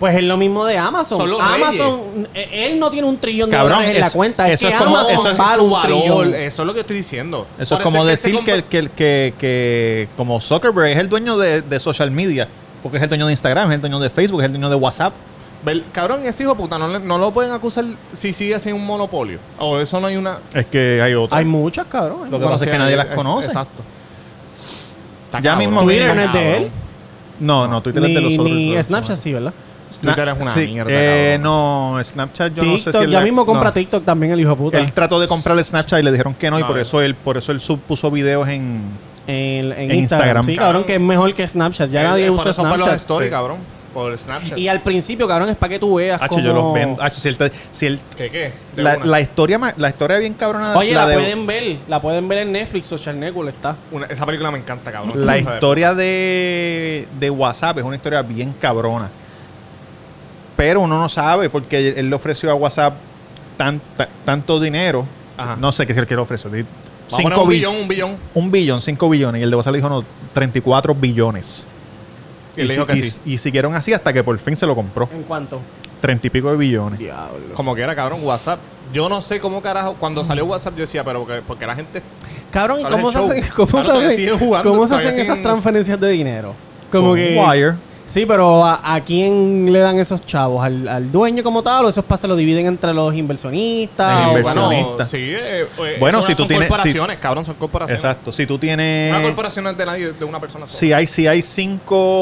Speaker 3: Pues es lo mismo de Amazon.
Speaker 6: Son los
Speaker 3: Amazon, eh, él no tiene un trillón de
Speaker 1: Cabrón,
Speaker 3: dólares en la
Speaker 1: eso-
Speaker 3: cuenta. Es
Speaker 1: eso
Speaker 3: que
Speaker 1: es como-
Speaker 3: Amazon
Speaker 1: eso es
Speaker 3: vale
Speaker 6: su
Speaker 3: un
Speaker 6: valor.
Speaker 3: trillón.
Speaker 6: Eso es lo que estoy diciendo.
Speaker 1: Eso
Speaker 6: Por
Speaker 1: es como
Speaker 6: se
Speaker 1: decir que,
Speaker 6: compa-
Speaker 1: que, que, que como Zuckerberg es el dueño de, de social media, porque es el dueño de Instagram, es el dueño de Facebook, es el dueño de WhatsApp.
Speaker 6: Vel- Cabrón, ese hijo de puta no, le- no lo pueden acusar si sigue siendo un monopolio. O eso no hay una.
Speaker 1: Es que hay otro.
Speaker 3: Hay muchas, cabrón.
Speaker 1: Lo que pasa es que nadie las
Speaker 6: eh,
Speaker 1: conoce.
Speaker 6: Exacto. Está
Speaker 1: Ya
Speaker 6: cabrón.
Speaker 1: mismo Twitter
Speaker 3: viene- no es de él.
Speaker 1: No, no, Twitter es de
Speaker 3: Ni,
Speaker 1: los otros.
Speaker 3: ni
Speaker 1: los-
Speaker 3: Snapchat sí, ¿verdad?
Speaker 6: Twitter es una
Speaker 1: sí,
Speaker 6: mierda,
Speaker 1: Eh,
Speaker 6: cabrón.
Speaker 1: no, Snapchat yo no sé
Speaker 3: TikTok,
Speaker 1: si él
Speaker 3: ya
Speaker 1: la-
Speaker 3: mismo compra
Speaker 1: no.
Speaker 3: TikTok también el hijo de puta.
Speaker 1: Él trató de comprar el Snapchat y le dijeron que no, y
Speaker 6: No,
Speaker 1: por
Speaker 6: eh.
Speaker 1: eso él, por eso él sub- puso videos en.
Speaker 3: en, en Instagram.
Speaker 1: en Instagram.
Speaker 3: Sí, cabrón, que es mejor que Snapchat. Ya
Speaker 6: Eh,
Speaker 3: nadie
Speaker 6: eh,
Speaker 3: usa
Speaker 6: por eso fue
Speaker 3: Snapchat.
Speaker 6: los
Speaker 1: Sí.
Speaker 6: stories, cabrón. Por Snapchat.
Speaker 3: Y al principio, cabrón, es para que tú veas
Speaker 1: H,
Speaker 3: cómo...
Speaker 1: yo los vendo. H, si él, te- si él-
Speaker 6: ¿Qué qué? De
Speaker 1: la,
Speaker 6: una.
Speaker 1: la historia ma- Ah, la historia bien cabrona
Speaker 3: Oye, la,
Speaker 1: de
Speaker 3: pueden ver. La pueden ver en Netflix o Charnecul está.
Speaker 6: Una- esa película me encanta, cabrón.
Speaker 1: La
Speaker 6: Tú sabes.
Speaker 1: historia de, de WhatsApp es una historia bien cabrona. Pero uno no sabe porque él le ofreció a WhatsApp tan- ta- tanto dinero.
Speaker 6: Ajá.
Speaker 1: No sé qué es el que le ofreció. di-
Speaker 6: Vamos a poner
Speaker 1: cinco
Speaker 6: un
Speaker 1: bi-
Speaker 6: billón, un billón.
Speaker 1: Un billón, 5 billones. Y el de WhatsApp le dijo, no, 34 billones.
Speaker 6: Y le
Speaker 1: si-
Speaker 6: dijo que sí.
Speaker 1: y siguieron así hasta que por fin se lo compró.
Speaker 3: ¿En cuánto?
Speaker 1: 30 y pico de billones.
Speaker 6: Como que era, cabrón, WhatsApp. Yo no sé cómo carajo. Cuando salió WhatsApp, yo decía, pero porque, porque la gente.
Speaker 3: Cabrón, ¿y
Speaker 6: Sale
Speaker 3: cómo
Speaker 6: el
Speaker 3: se
Speaker 6: show.
Speaker 3: hacen, cómo
Speaker 6: Claro,
Speaker 3: se
Speaker 6: todavía
Speaker 3: hacen-
Speaker 6: siguen jugando,
Speaker 3: cómo se
Speaker 6: todavía
Speaker 3: hacen esas
Speaker 6: siguen-
Speaker 3: transferencias de dinero? Como
Speaker 1: Con
Speaker 3: que...
Speaker 1: Wire.
Speaker 3: Sí, pero ¿a, a quién le dan esos chavos? ¿Al, al dueño como tal? ¿O esos pases los dividen entre los inversionistas?
Speaker 1: Sí,
Speaker 3: o-
Speaker 1: inversionistas.
Speaker 6: Bueno, sí, eh, eh,
Speaker 1: Bueno,
Speaker 6: son-
Speaker 1: si tú
Speaker 6: son
Speaker 1: tienes-
Speaker 6: corporaciones, cabrón, son corporaciones.
Speaker 1: Exacto. Si tú
Speaker 6: Una
Speaker 1: tienes...
Speaker 6: corporación no es de nadie, de una persona sola.
Speaker 1: Si hay, si hay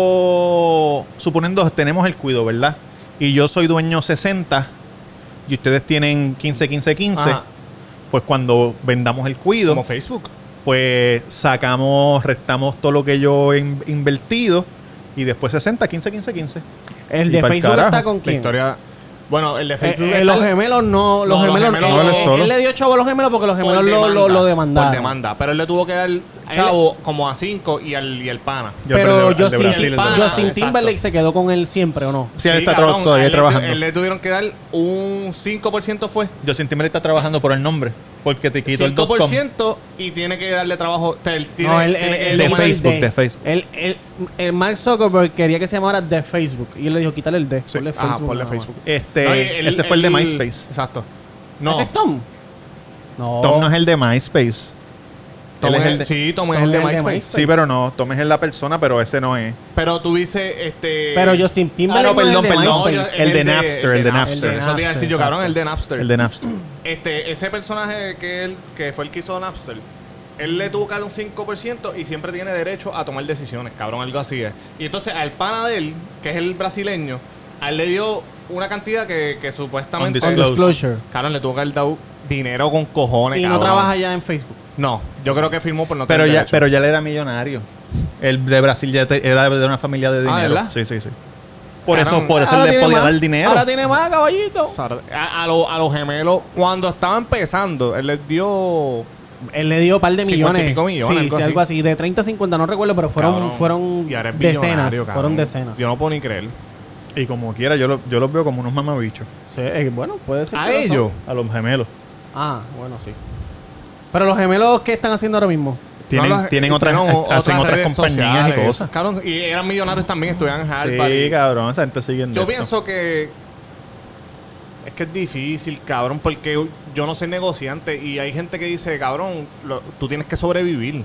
Speaker 1: cinco, suponiendo tenemos el cuido, ¿verdad? Y yo soy dueño 60 y ustedes tienen 15, 15, 15,
Speaker 6: Ajá.
Speaker 1: pues cuando vendamos el cuido,
Speaker 6: Como Facebook.
Speaker 1: pues sacamos, restamos todo lo que yo he in- invertido y después 60, 15, 15, 15.
Speaker 3: ¿El
Speaker 1: Y
Speaker 3: de
Speaker 1: pa'l
Speaker 3: Facebook
Speaker 1: carajo,
Speaker 3: está con
Speaker 6: La
Speaker 3: quién?
Speaker 6: historia. Bueno, el de
Speaker 3: Eh,
Speaker 6: Facebook.
Speaker 3: eh,
Speaker 6: está-
Speaker 3: los gemelos no... Los
Speaker 6: No, los
Speaker 3: gemelos...
Speaker 6: gemelos-
Speaker 3: eh,
Speaker 1: No, él es solo.
Speaker 3: él le dio chavo a los gemelos porque los
Speaker 6: por
Speaker 3: gemelos lo,
Speaker 6: demanda,
Speaker 3: lo, lo
Speaker 6: Por
Speaker 3: demandaron.
Speaker 6: demanda. Pero él le tuvo que dar chavo como a 5 y al, y al pana.
Speaker 1: Yo
Speaker 3: pero
Speaker 1: el de- el de
Speaker 3: Justin,
Speaker 1: Brasil, el de
Speaker 6: Pan-
Speaker 1: Brasil.
Speaker 3: Justin
Speaker 6: Exacto.
Speaker 3: Timberlake se quedó con él siempre, ¿o no?
Speaker 1: Sí, él está tra-
Speaker 6: cabrón,
Speaker 1: todavía
Speaker 6: a él le tu-
Speaker 1: trabajando.
Speaker 6: él le tuvieron que dar un 5% fue.
Speaker 1: Justin Timberlake está trabajando por el nombre, porque te quitó el .com.
Speaker 6: 5% y tiene que darle trabajo. o sea, él tiene,
Speaker 3: No, él-
Speaker 6: tiene
Speaker 3: él-
Speaker 6: que-
Speaker 3: él
Speaker 1: de
Speaker 3: domina el
Speaker 1: Facebook,
Speaker 3: D.
Speaker 1: de Facebook.
Speaker 3: Él- él- el Mark Zuckerberg quería que se llamara The Facebook. Y él le dijo, quítale el D. Ponle
Speaker 6: Ajá,
Speaker 3: Facebook.
Speaker 6: ponle
Speaker 3: nada más.
Speaker 6: Facebook.
Speaker 1: Este,
Speaker 6: No, y él-
Speaker 1: ese fue el de
Speaker 6: él-
Speaker 1: MySpace.
Speaker 6: Exacto. No,
Speaker 3: ¿Ese es Tom? No.
Speaker 1: Tom no es el de MySpace.
Speaker 6: Tom
Speaker 1: Él
Speaker 6: es
Speaker 1: es
Speaker 6: el,
Speaker 1: el de-
Speaker 6: sí, Tom es el de MySpace.
Speaker 1: Sí, pero no, Tom es la persona, pero ese no es.
Speaker 6: Pero tú dices, este...
Speaker 3: Pero Justin
Speaker 1: Ah,
Speaker 3: Timberlake
Speaker 1: no,
Speaker 3: no, es
Speaker 1: perdón,
Speaker 3: el de
Speaker 1: perdón.
Speaker 3: MySpace.
Speaker 1: yo- El de Napster, el de Napster.
Speaker 6: Eso te iba a decir yo,
Speaker 3: Exacto.
Speaker 6: cabrón, el de Napster.
Speaker 1: El de Napster.
Speaker 6: Este, ese personaje que él, que fue el que hizo Napster, él le tuvo que dar un 5% y siempre tiene derecho a tomar decisiones, cabrón, algo así es. Y entonces al pana de él, que es el brasileño, a él le dio una cantidad que, que supuestamente...
Speaker 1: Undisclosed.
Speaker 3: Disclosure.
Speaker 6: Cabrón, le tuvo que haber dado dinero con cojones,
Speaker 3: Y no
Speaker 6: cabrón.
Speaker 3: trabaja ya en Facebook.
Speaker 6: No, yo creo que firmó por no
Speaker 1: Pero
Speaker 6: tener
Speaker 1: ya,
Speaker 6: derecho.
Speaker 1: pero ya él era millonario. El de Brasil ya te- era de una familia de
Speaker 6: Ah,
Speaker 1: dinero.
Speaker 6: ¿verdad?
Speaker 1: sí, sí, sí. Por
Speaker 6: Caramba.
Speaker 1: eso, por eso
Speaker 3: Ahora
Speaker 1: él le
Speaker 3: tiene
Speaker 1: podía
Speaker 3: más.
Speaker 1: dar dinero.
Speaker 3: Ahora tiene más, caballito.
Speaker 6: Sar- A, a lo- a los gemelos, cuando estaba empezando, él les dio...
Speaker 3: Él le dio un par de
Speaker 6: 50 y
Speaker 3: millones.
Speaker 6: pico millones,
Speaker 3: sí,
Speaker 6: algo
Speaker 3: sí, algo así. De 30 a 50, no recuerdo, pero fueron,
Speaker 6: cabrón,
Speaker 3: fueron
Speaker 6: y ahora es
Speaker 3: decenas.
Speaker 6: billonario, cabrón.
Speaker 3: Fueron decenas.
Speaker 6: Yo no puedo ni creer.
Speaker 1: Y como quiera, yo, lo- yo los veo como unos mamabichos.
Speaker 3: Sí, eh, bueno, puede ser.
Speaker 6: ¿A
Speaker 3: que lo son.
Speaker 6: ellos?
Speaker 1: A los gemelos.
Speaker 3: Ah, bueno, sí. Pero los gemelos, ¿qué están haciendo ahora mismo?
Speaker 1: Tienen,
Speaker 6: No, las-
Speaker 1: tienen otras,
Speaker 6: hicieron o-
Speaker 1: hacen otras
Speaker 6: redes
Speaker 1: compañías
Speaker 6: sociales.
Speaker 1: y cosas.
Speaker 6: Cabrón, y eran millonarios también, estudiaban en Harvard.
Speaker 1: Sí, cabrón, esa gente sigue en
Speaker 6: Yo
Speaker 1: esto.
Speaker 6: pienso que. Es que es difícil, cabrón, porque yo no soy negociante y hay gente que dice, cabrón, lo- tú tienes que sobrevivir.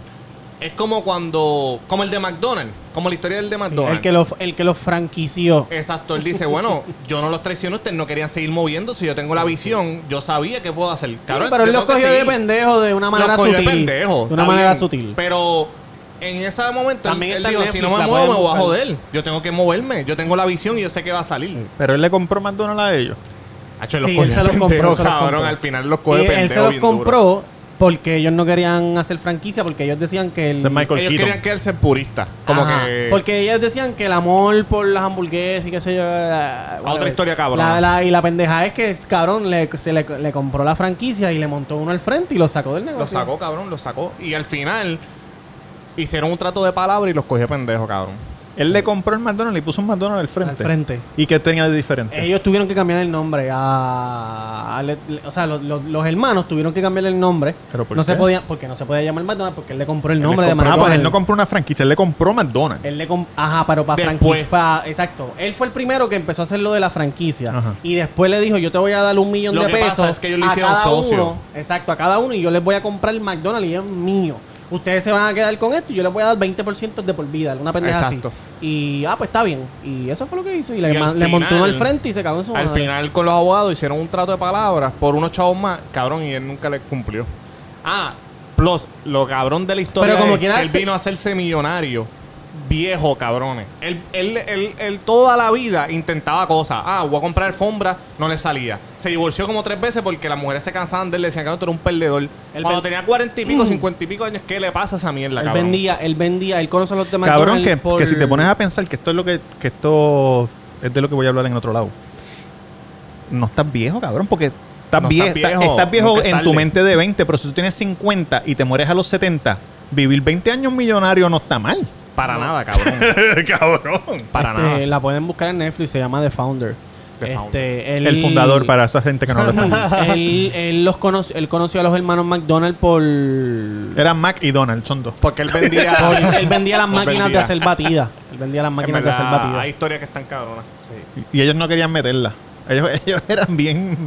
Speaker 6: Es como cuando, como el de McDonald's, como la historia del de McDonald's.
Speaker 3: El que, lo, el que lo franquició.
Speaker 6: Exacto, él dice, bueno, yo no los traiciono, ustedes no querían seguir moviéndose, yo tengo la visión, yo sabía que puedo hacer. Cabrón,
Speaker 3: Sí, pero él
Speaker 6: yo
Speaker 3: lo
Speaker 6: tengo que
Speaker 3: cogió de
Speaker 6: seguir.
Speaker 3: pendejo de una manera
Speaker 6: Los cogió de
Speaker 3: sutil.
Speaker 6: pendejo,
Speaker 3: de una
Speaker 6: está
Speaker 3: manera
Speaker 6: bien,
Speaker 3: sutil.
Speaker 6: Pero en ese momento
Speaker 3: También
Speaker 6: él
Speaker 3: está en
Speaker 6: dijo, si
Speaker 3: Netflix,
Speaker 6: no me
Speaker 3: la
Speaker 6: muevo
Speaker 3: pueden
Speaker 6: me voy a
Speaker 3: buscar.
Speaker 6: joder. Yo tengo que moverme, yo tengo la visión y yo sé que va a salir.
Speaker 1: Pero él le compró McDonald's a ellos.
Speaker 6: Hacho,
Speaker 3: Sí,
Speaker 6: cogió
Speaker 3: él se los
Speaker 6: de
Speaker 3: compró,
Speaker 6: pendejo,
Speaker 3: se los
Speaker 6: cabrón,
Speaker 3: compró.
Speaker 6: al final los coge
Speaker 3: Y
Speaker 6: de pendejo
Speaker 3: él se los
Speaker 6: bien duro.
Speaker 3: compró porque ellos no querían hacer franquicia, porque ellos decían que el...
Speaker 1: Ese es Michael
Speaker 6: Ellos
Speaker 1: Keaton.
Speaker 6: querían quedarse puristas. Como
Speaker 3: Ajá,
Speaker 6: que.
Speaker 3: Porque ellos decían que el amor por las hamburguesas y qué sé yo... la-
Speaker 6: otra historia cabrona.
Speaker 3: La- la- y la pendeja es que, cabrón, le, se le, le compró la franquicia y le montó uno al frente y lo sacó del negocio.
Speaker 6: Lo sacó, cabrón, lo sacó. Y al final hicieron un trato de palabra y los cogió de pendejo, cabrón.
Speaker 1: Él le compró el McDonald's y puso un McDonald's al
Speaker 3: Al
Speaker 1: frente.
Speaker 3: frente.
Speaker 1: ¿Y qué tenía de diferente?
Speaker 3: Ellos tuvieron que cambiar el nombre a... a- le- le- o sea, los- los- los hermanos tuvieron que cambiarle el nombre.
Speaker 1: ¿Pero por
Speaker 3: no se
Speaker 1: qué?
Speaker 3: podía... Porque no se podía llamar McDonald's porque él le compró el
Speaker 6: Él le
Speaker 3: nombre de
Speaker 6: compró-
Speaker 1: ah, pues él
Speaker 3: McDonald's.
Speaker 1: no compró una franquicia, él le compró McDonald's.
Speaker 3: Él le comp- Ajá, pero para
Speaker 6: Después.
Speaker 3: franquicia. pa- exacto. Él fue el primero que empezó a hacer lo de la franquicia.
Speaker 1: Ajá.
Speaker 3: Y después le dijo: Yo te voy a dar un millón
Speaker 6: Lo
Speaker 3: de
Speaker 6: que pasa
Speaker 3: pesos.
Speaker 6: es que ellos le
Speaker 3: a
Speaker 6: hicieron
Speaker 3: cada
Speaker 6: socio.
Speaker 3: uno. exacto, a cada uno. Y yo les voy a comprar el McDonald's y es mío. Ustedes se van a quedar con esto y yo les voy a dar 20% de por vida, alguna pendeja
Speaker 6: Exacto.
Speaker 3: así. Y ah, pues está bien. Y eso fue lo que hizo. Y
Speaker 6: Y
Speaker 3: le,
Speaker 6: al
Speaker 3: ma- le
Speaker 6: final-
Speaker 3: montó uno al frente y se cagó en su
Speaker 6: Al
Speaker 3: madre.
Speaker 6: final con los abogados hicieron un trato de palabras por unos chavos más, cabrón, y él nunca les cumplió. Ah, plus, lo cabrón de la historia
Speaker 3: Pero como
Speaker 6: es que
Speaker 3: quiera,
Speaker 6: él
Speaker 3: se-
Speaker 6: vino a hacerse millonario. Viejo, cabrones. Él, él, él, él toda la vida intentaba cosas. Ah, voy a comprar alfombra, no le salía. Se divorció como tres veces porque las mujeres se cansaban de él, le decían que tú eres un perdedor. Cuando
Speaker 3: ven-
Speaker 6: tenía cuarenta y pico, cincuenta y pico años, ¿qué le pasa a esa mierda,
Speaker 3: él
Speaker 6: cabrón?
Speaker 3: vendía, él vendía, él conoce a los demás.
Speaker 1: Cabrón, que, que si te pones a pensar que esto es lo que, que esto es de lo que voy a hablar en otro lado. No estás viejo, cabrón, porque estás,
Speaker 6: No
Speaker 1: vie-
Speaker 6: estás
Speaker 1: estás-
Speaker 6: viejo,
Speaker 1: estás viejo
Speaker 6: nunca es
Speaker 1: en tu
Speaker 6: tarde.
Speaker 1: mente de 20, pero si tú tienes 50 y te mueres a los 70, vivir 20 años millonario no está mal.
Speaker 6: Para nada, cabrón.
Speaker 1: cabrón.
Speaker 6: Para
Speaker 3: Este,
Speaker 6: nada.
Speaker 3: La pueden buscar en Netflix, se llama The Founder.
Speaker 6: The
Speaker 3: Este, él-
Speaker 1: El fundador para esa gente que no lo está.
Speaker 3: él, él los conoció, él conoció a los hermanos McDonald por.
Speaker 1: Era Mac y Donald, son dos.
Speaker 6: Porque él vendía.
Speaker 3: por- él vendía las
Speaker 6: Los
Speaker 3: máquinas de
Speaker 6: vendía.
Speaker 3: hacer batidas. Él vendía las
Speaker 6: En
Speaker 3: máquinas de
Speaker 6: verdad,
Speaker 3: hacer batidas. Eh,
Speaker 6: Hay historias que están cabronas. Sí.
Speaker 1: Y ellos no querían meterla. Ellos, ellos eran bien.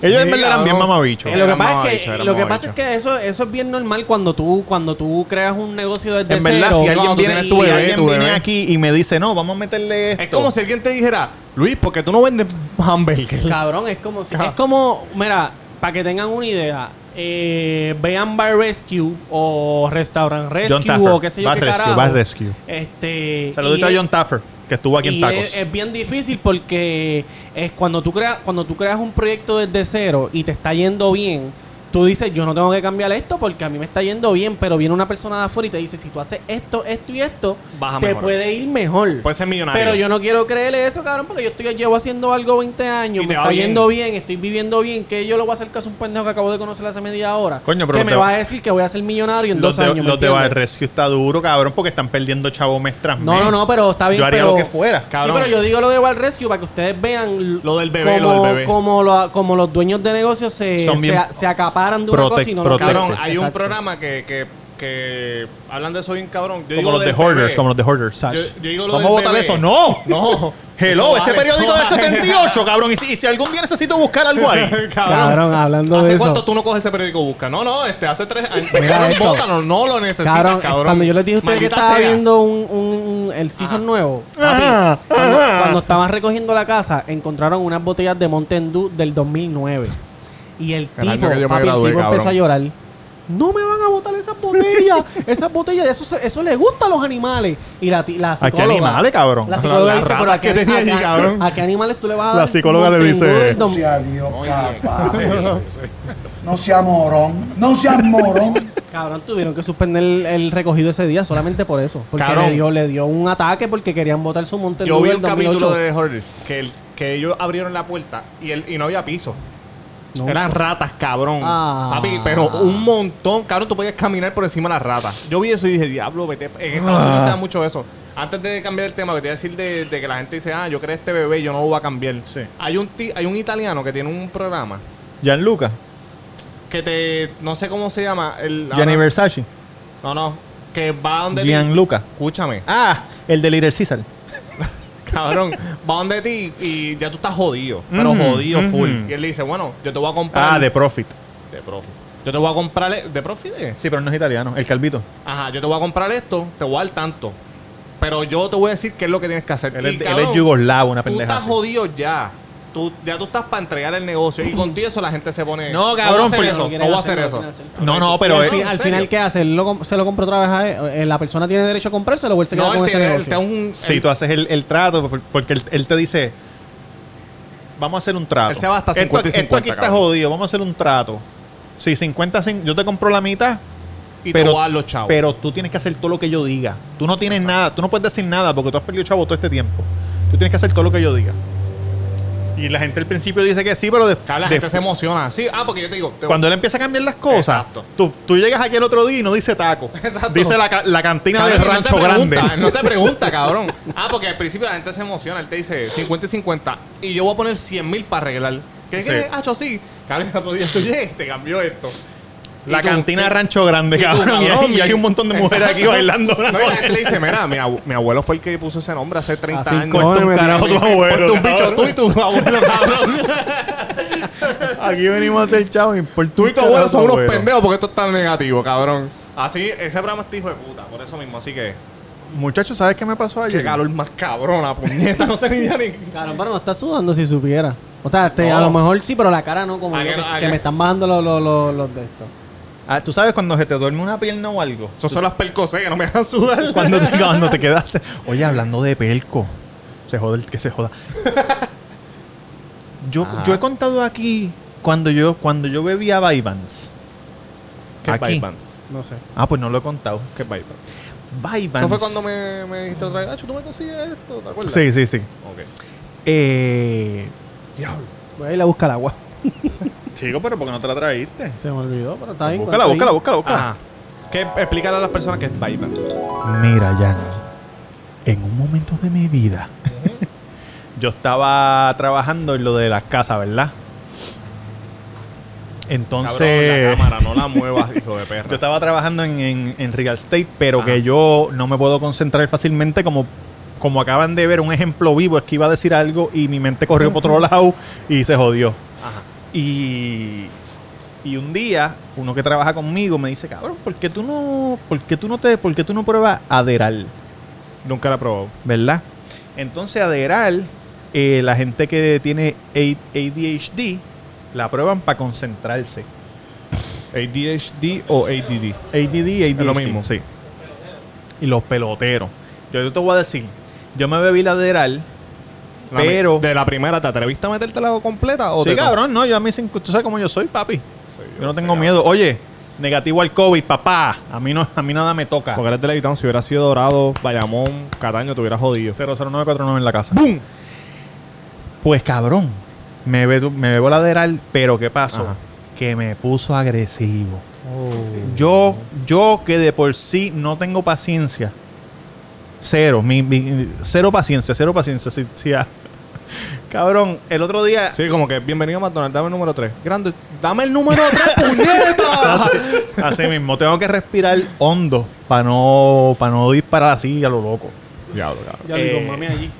Speaker 1: ellos en verdad eran
Speaker 6: cabrón.
Speaker 1: bien mamabichos.
Speaker 3: Eh, lo que
Speaker 6: Era
Speaker 3: pasa es
Speaker 6: mamabicho,
Speaker 3: que,
Speaker 6: era
Speaker 3: lo que, pasa
Speaker 6: mamabicho.
Speaker 3: es que eso, eso es bien normal cuando tú, cuando tú creas un negocio desde
Speaker 1: En verdad,
Speaker 3: cero.
Speaker 1: si alguien
Speaker 6: cuando tú
Speaker 1: viene,
Speaker 6: tienes tu
Speaker 1: si
Speaker 6: bebé,
Speaker 1: alguien
Speaker 6: tu
Speaker 1: viene
Speaker 6: bebé.
Speaker 1: aquí y me dice, no, vamos a meterle esto.
Speaker 6: Es como si alguien te dijera, Luis, ¿por qué tú no vendes hamburguesas?
Speaker 3: Cabrón, es como si- es como, mira, para que tengan una idea, eh, vean Bar Rescue o Restaurant Rescue
Speaker 1: John Taffer.
Speaker 3: o qué sé yo
Speaker 1: Bar
Speaker 3: qué
Speaker 1: Rescue,
Speaker 3: carajo.
Speaker 1: Bar Rescue.
Speaker 3: Este,
Speaker 1: Saludito a
Speaker 3: y es-
Speaker 1: John Taffer, que estuvo aquí en
Speaker 3: Y
Speaker 1: Tacos.
Speaker 3: es, es bien difícil porque es cuando tú creas cuando tú creas un proyecto desde cero y te está yendo bien, tú dices, yo no tengo que cambiar esto porque a mí me está yendo bien, pero viene una persona de afuera y te dice, si tú haces esto, esto y esto,
Speaker 6: Vas a
Speaker 3: te
Speaker 6: mejorar.
Speaker 3: puede ir mejor.
Speaker 6: Puedes ser millonario.
Speaker 3: Pero yo no quiero creerle eso, cabrón, porque yo estoy llevo haciendo algo 20 años,
Speaker 6: Y
Speaker 3: me
Speaker 6: te va
Speaker 3: está
Speaker 6: bien.
Speaker 3: yendo bien, estoy viviendo bien, que yo lo voy a hacer caso a un pendejo que acabo de conocer hace media hora.
Speaker 1: Coño, pero
Speaker 3: que
Speaker 1: te-
Speaker 3: me va a decir que voy a ser millonario en
Speaker 1: los
Speaker 3: dos
Speaker 1: de,
Speaker 3: años. ¿me
Speaker 1: los de Bar
Speaker 3: entiendes?
Speaker 1: Rescue está duro, cabrón, porque están perdiendo chavo mes tras mes.
Speaker 3: No, no, no, pero está bien.
Speaker 1: Yo haría
Speaker 3: pero-
Speaker 1: lo que fuera.
Speaker 6: Cabrón.
Speaker 3: Sí, pero yo digo lo de Bar Rescue para que ustedes vean
Speaker 6: Lo del bebé, lo
Speaker 3: cómo,
Speaker 6: del bebé.
Speaker 3: cómo lo- cómo los dueños de negocios se,
Speaker 1: Son
Speaker 3: se
Speaker 1: bien
Speaker 3: a- se acaparan de
Speaker 1: protect-
Speaker 3: una cosa y no lo
Speaker 1: protective.
Speaker 6: Cabrón,
Speaker 3: cambian.
Speaker 6: hay un
Speaker 3: Exacto.
Speaker 6: programa que, que, que hablan de eso bien cabrón. Yo digo
Speaker 1: Como los de
Speaker 6: lo del
Speaker 1: Hoarders,
Speaker 6: bebé.
Speaker 1: como los de Hoarders.
Speaker 6: Yo, yo digo lo
Speaker 1: Vamos a
Speaker 6: del
Speaker 1: votar
Speaker 6: bebé.
Speaker 1: eso. No, no. Hello,
Speaker 6: Eso
Speaker 1: ese
Speaker 6: vale,
Speaker 1: periódico
Speaker 6: eso
Speaker 1: del
Speaker 6: vale.
Speaker 1: 78, cabrón. Y si, y si algún día necesito buscar algo ahí.
Speaker 3: Cabrón, hablando
Speaker 6: ¿Hace
Speaker 3: de
Speaker 6: cuánto
Speaker 3: eso.
Speaker 6: tú no coges ese periódico busca? No, no, este hace tres años.
Speaker 3: Mira
Speaker 6: Cabrón,
Speaker 3: esto.
Speaker 6: bótalo, no lo necesitas,
Speaker 3: Cabrón,
Speaker 6: cabrón.
Speaker 3: cuando yo les dije a ustedes que
Speaker 6: Maldita
Speaker 3: estaba
Speaker 6: sea.
Speaker 3: viendo un, un- un- el season nuevo, papi, cuando, cuando estaban recogiendo la casa, encontraron unas botellas de Mountain Dew del 2009. Y el
Speaker 6: El año
Speaker 3: tipo,
Speaker 6: que yo me
Speaker 3: papi, el
Speaker 6: gradué,
Speaker 3: tipo empezó
Speaker 6: cabrón.
Speaker 3: a llorar. No me van a botar esas botellas. esas botellas, eso, se- eso le gusta a los animales. Y la, ti- la
Speaker 1: ¿A qué
Speaker 3: psicóloga-
Speaker 1: animales, cabrón?
Speaker 3: La psicóloga
Speaker 6: Las
Speaker 3: dice,
Speaker 6: ratas
Speaker 3: pero a qué,
Speaker 6: que tenía
Speaker 3: a-
Speaker 6: allí,
Speaker 3: a-
Speaker 6: cabrón.
Speaker 3: a qué animales tú le vas a
Speaker 1: La
Speaker 3: dar
Speaker 1: psicóloga le
Speaker 3: Mountain
Speaker 1: dice-
Speaker 3: Dew del dom-
Speaker 2: No seas morón, no seas morón.
Speaker 3: Cabrón, tuvieron que suspender el, el recogido ese día solamente por eso. Porque
Speaker 6: Cabrón.
Speaker 3: le dio, le dio un ataque porque querían botar su monte
Speaker 6: Yo vi
Speaker 3: del
Speaker 6: un capítulo
Speaker 3: 2008.
Speaker 6: de Hoarders que, el- que ellos abrieron la puerta y, el, y no había piso.
Speaker 3: No.
Speaker 6: Eran ratas, cabrón.
Speaker 3: Ah.
Speaker 6: Papi, pero un montón. Cabrón, tú podías caminar por encima de las ratas. Yo vi eso y dije, diablo, vete. En Estados Unidos
Speaker 3: Ah.
Speaker 6: se da mucho eso. Antes de cambiar el tema, que te iba a decir de, de que la gente dice, ah, yo creé este bebé y yo no lo voy a cambiar.
Speaker 1: Sí.
Speaker 6: Hay, un ti- hay un italiano que tiene un programa
Speaker 1: Gianluca,
Speaker 6: que te. No sé cómo se llama. El,
Speaker 1: Gianni Versace,
Speaker 6: No, no. Que va donde.
Speaker 1: Gianluca.
Speaker 6: Escúchame.
Speaker 1: Ah, el de Little Caesar.
Speaker 6: cabrón, va donde ti y ya tú estás jodido, pero
Speaker 1: Ujú,
Speaker 6: jodido full.
Speaker 1: ujú.
Speaker 6: Y él le dice, bueno, yo te voy a comprar.
Speaker 1: Ah, de Profit.
Speaker 6: de profi. Yo te voy a comprar. e- ¿De profi de?
Speaker 1: Sí, pero no es italiano. El calvito.
Speaker 6: Ajá, yo te voy a comprar esto, te voy a dar tanto. Pero yo te voy a decir qué es lo que tienes que hacer.
Speaker 1: Él
Speaker 6: Y,
Speaker 1: es, él es
Speaker 6: cabrón,
Speaker 1: yugoslavo, una
Speaker 6: Tú
Speaker 1: pendeja.
Speaker 6: estás
Speaker 1: así.
Speaker 6: jodido ya. Tú, ya tú estás para entregar el negocio. Y contigo eso la gente se pone.
Speaker 1: No,
Speaker 6: voy a
Speaker 1: cabrón,
Speaker 6: hacer
Speaker 1: pero-
Speaker 6: eso.
Speaker 3: quiere
Speaker 6: No voy a hacer
Speaker 3: hacerlo,
Speaker 6: eso.
Speaker 3: no quiere
Speaker 1: No, no, pero.
Speaker 3: al,
Speaker 1: él-
Speaker 6: Sí,
Speaker 3: fin-
Speaker 6: ¿en
Speaker 3: al
Speaker 6: serio?
Speaker 3: final, ¿qué hace? ¿Él lo com- ¿Se lo compra otra vez a él? Eh, ¿La persona tiene derecho a comprárselo o él se queda
Speaker 6: No,
Speaker 3: con
Speaker 6: él
Speaker 3: ese
Speaker 6: te, él
Speaker 3: negocio?
Speaker 6: te da un.
Speaker 1: Sí,
Speaker 6: él-
Speaker 1: tú haces el, el trato, por- porque él, él te dice, vamos a hacer un trato.
Speaker 6: Él se va hasta
Speaker 1: Esto-
Speaker 6: 50 y
Speaker 1: esto,
Speaker 6: 50,
Speaker 1: aquí está
Speaker 6: cabrón.
Speaker 1: jodido, vamos a hacer un trato. Sí, 50, cin- yo te compro la mitad,
Speaker 6: y te
Speaker 1: pero,
Speaker 6: voy a dar los chavos.
Speaker 1: pero tú tienes que hacer todo lo que yo diga. Tú no tienes nada, tú no puedes decir nada porque tú has perdido chavo todo este tiempo. Tú tienes que hacer todo lo que yo diga. Y la gente al principio dice que sí, pero después...
Speaker 6: Cabrón, la gente se emociona. Sí, ah, porque yo te digo. te-
Speaker 1: Cuando él empieza a cambiar las cosas,
Speaker 6: Exacto.
Speaker 1: tú, tú llegas aquí el otro día y no dice taco.
Speaker 6: Exacto.
Speaker 1: Dice la, ca- la cantina
Speaker 6: Cabrón,
Speaker 1: del
Speaker 6: no te
Speaker 1: rancho
Speaker 6: pregunta,
Speaker 1: grande.
Speaker 6: No te pregunta, cabrón. Ah, porque al principio la gente se emociona. Él te dice 50 y 50. Y yo voy a poner 100 mil para arreglar. ¿Qué?
Speaker 1: Sí.
Speaker 6: ¿Qué? Ah, yo sí. Cabrón, el otro día tú llegas, te cambió esto.
Speaker 1: La
Speaker 6: Y tú-
Speaker 1: cantina
Speaker 6: tú-
Speaker 1: de Rancho Grande,
Speaker 6: Y tú,
Speaker 1: cabrón. y, hay,
Speaker 6: cabrón,
Speaker 1: y hay un montón de mujeres
Speaker 6: exacto.
Speaker 1: aquí bailando.
Speaker 6: No, y la gente le dice, mira, mi, abu- mi abuelo fue el que puso ese nombre hace 30
Speaker 3: Así
Speaker 6: años.
Speaker 3: coño,
Speaker 1: Corta un
Speaker 3: me
Speaker 1: este carajo tu abuelo.
Speaker 6: Ponte un bicho
Speaker 1: cabrón.
Speaker 6: tú y tu abuelo, cabrón.
Speaker 1: Aquí venimos a hacer chavo. Por
Speaker 6: Tú y tu abuelo son unos pendejos porque esto es tan negativo, cabrón. Así, ese programa es hijo de puta, por eso mismo. Así que,
Speaker 1: Muchachos, ¿sabes qué me pasó ayer?
Speaker 6: qué calor más cabrona, puñeta. No sé ni ya ni...
Speaker 3: Caramba, no está sudando si supiera. O sea, este, a
Speaker 6: No.
Speaker 3: lo mejor sí, pero la cara no, como
Speaker 6: Ah,
Speaker 3: yo,
Speaker 6: que
Speaker 3: que,
Speaker 6: no, ah,
Speaker 3: que
Speaker 6: que-
Speaker 3: me están bajando los, los, los, los de estos.
Speaker 1: Ah, ¿Tú sabes cuando se te duerme una pierna o algo?
Speaker 6: Esos son las percosé que no me dejan sudar.
Speaker 1: Cuando te, cuando te quedas... Oye, hablando de pelco. Se joda el que se joda. Ah. Yo,
Speaker 6: Ajá.
Speaker 1: yo he contado aquí cuando yo, cuando yo bebía Vibans.
Speaker 6: ¿Qué
Speaker 1: Aquí.
Speaker 6: Vibans?
Speaker 3: No sé.
Speaker 1: Ah, pues no lo he contado.
Speaker 6: ¿Qué Vibans?
Speaker 1: Vibans.
Speaker 6: Eso fue cuando me, me dijiste otra vez, "Acho, tú me consigues esto, ¿te acuerdas?
Speaker 1: Sí, sí, sí.
Speaker 6: Ok.
Speaker 1: Eh... Diablo.
Speaker 3: Voy a ir a buscar el agua.
Speaker 1: Chico, pero ¿por qué no te la traíste?
Speaker 3: Se me olvidó, pero está bien.
Speaker 1: Búscala, búscala, búscala, búscala.
Speaker 6: Ajá. ¿Qué, Ah. explícale a las personas qué es Vibans.
Speaker 1: Mira, Jan, en un momento de mi vida, yo estaba trabajando en lo de las casas, ¿verdad?
Speaker 6: Cabrón, la
Speaker 1: Entonces,
Speaker 6: cámara, no la muevas, hijo de perra.
Speaker 1: yo estaba trabajando en, en- en real estate, pero que yo no me puedo concentrar fácilmente como... Como acaban de ver un ejemplo vivo, es que iba a decir algo y mi mente corrió por otro lado y se jodió.
Speaker 6: Ajá.
Speaker 1: Y, y un día, uno que trabaja conmigo me dice, cabrón, ¿por qué tú no, por qué tú no te, por qué tú no pruebas Aderal?
Speaker 6: Nunca la he probado.
Speaker 1: ¿verdad? Entonces, Aderal, eh, la gente que tiene A- ADHD, la prueban para concentrarse.
Speaker 6: ADHD o ADD.
Speaker 1: ADD, ADHD.
Speaker 6: lo mismo.
Speaker 1: sí. Y los peloteros. Yo, yo te voy a decir, yo me bebí la Aderal,
Speaker 6: La mi-
Speaker 1: pero...
Speaker 6: de la primera, ¿te atreviste a meterte la completa? O
Speaker 1: Sí,
Speaker 6: te-
Speaker 1: cabrón, no, yo a mí, sin- tú sabes cómo yo soy, papi.
Speaker 6: Sí,
Speaker 1: Yo no
Speaker 6: sé,
Speaker 1: tengo
Speaker 6: cabrón.
Speaker 1: miedo. Oye, negativo al COVID, papá. A mí, no, a mí nada me toca.
Speaker 6: Porque eres de Levitón, si hubiera sido Dorado, Bayamón, Cataño, te hubiera jodido.
Speaker 1: 00949 en la casa. ¡Bum! Pues cabrón, me bebo, me bebo la Deral, pero ¿qué pasó?
Speaker 6: Ajá. Oh.
Speaker 1: Que me puso agresivo. Yo, yo que de por sí no tengo paciencia. Cero, mi- mi- cero paciencia, cero paciencia. sí, sí, ah. Cabrón, el otro día
Speaker 6: Sí, como que bienvenido a McDonald's, dame el número 3. Grande, dame el número 3, puñeta.
Speaker 1: Así, así mismo, tengo que respirar hondo para no, para no disparar así a lo loco.
Speaker 6: Diablo, cabrón.
Speaker 3: Ya digo,
Speaker 1: Eh,
Speaker 3: mami allí.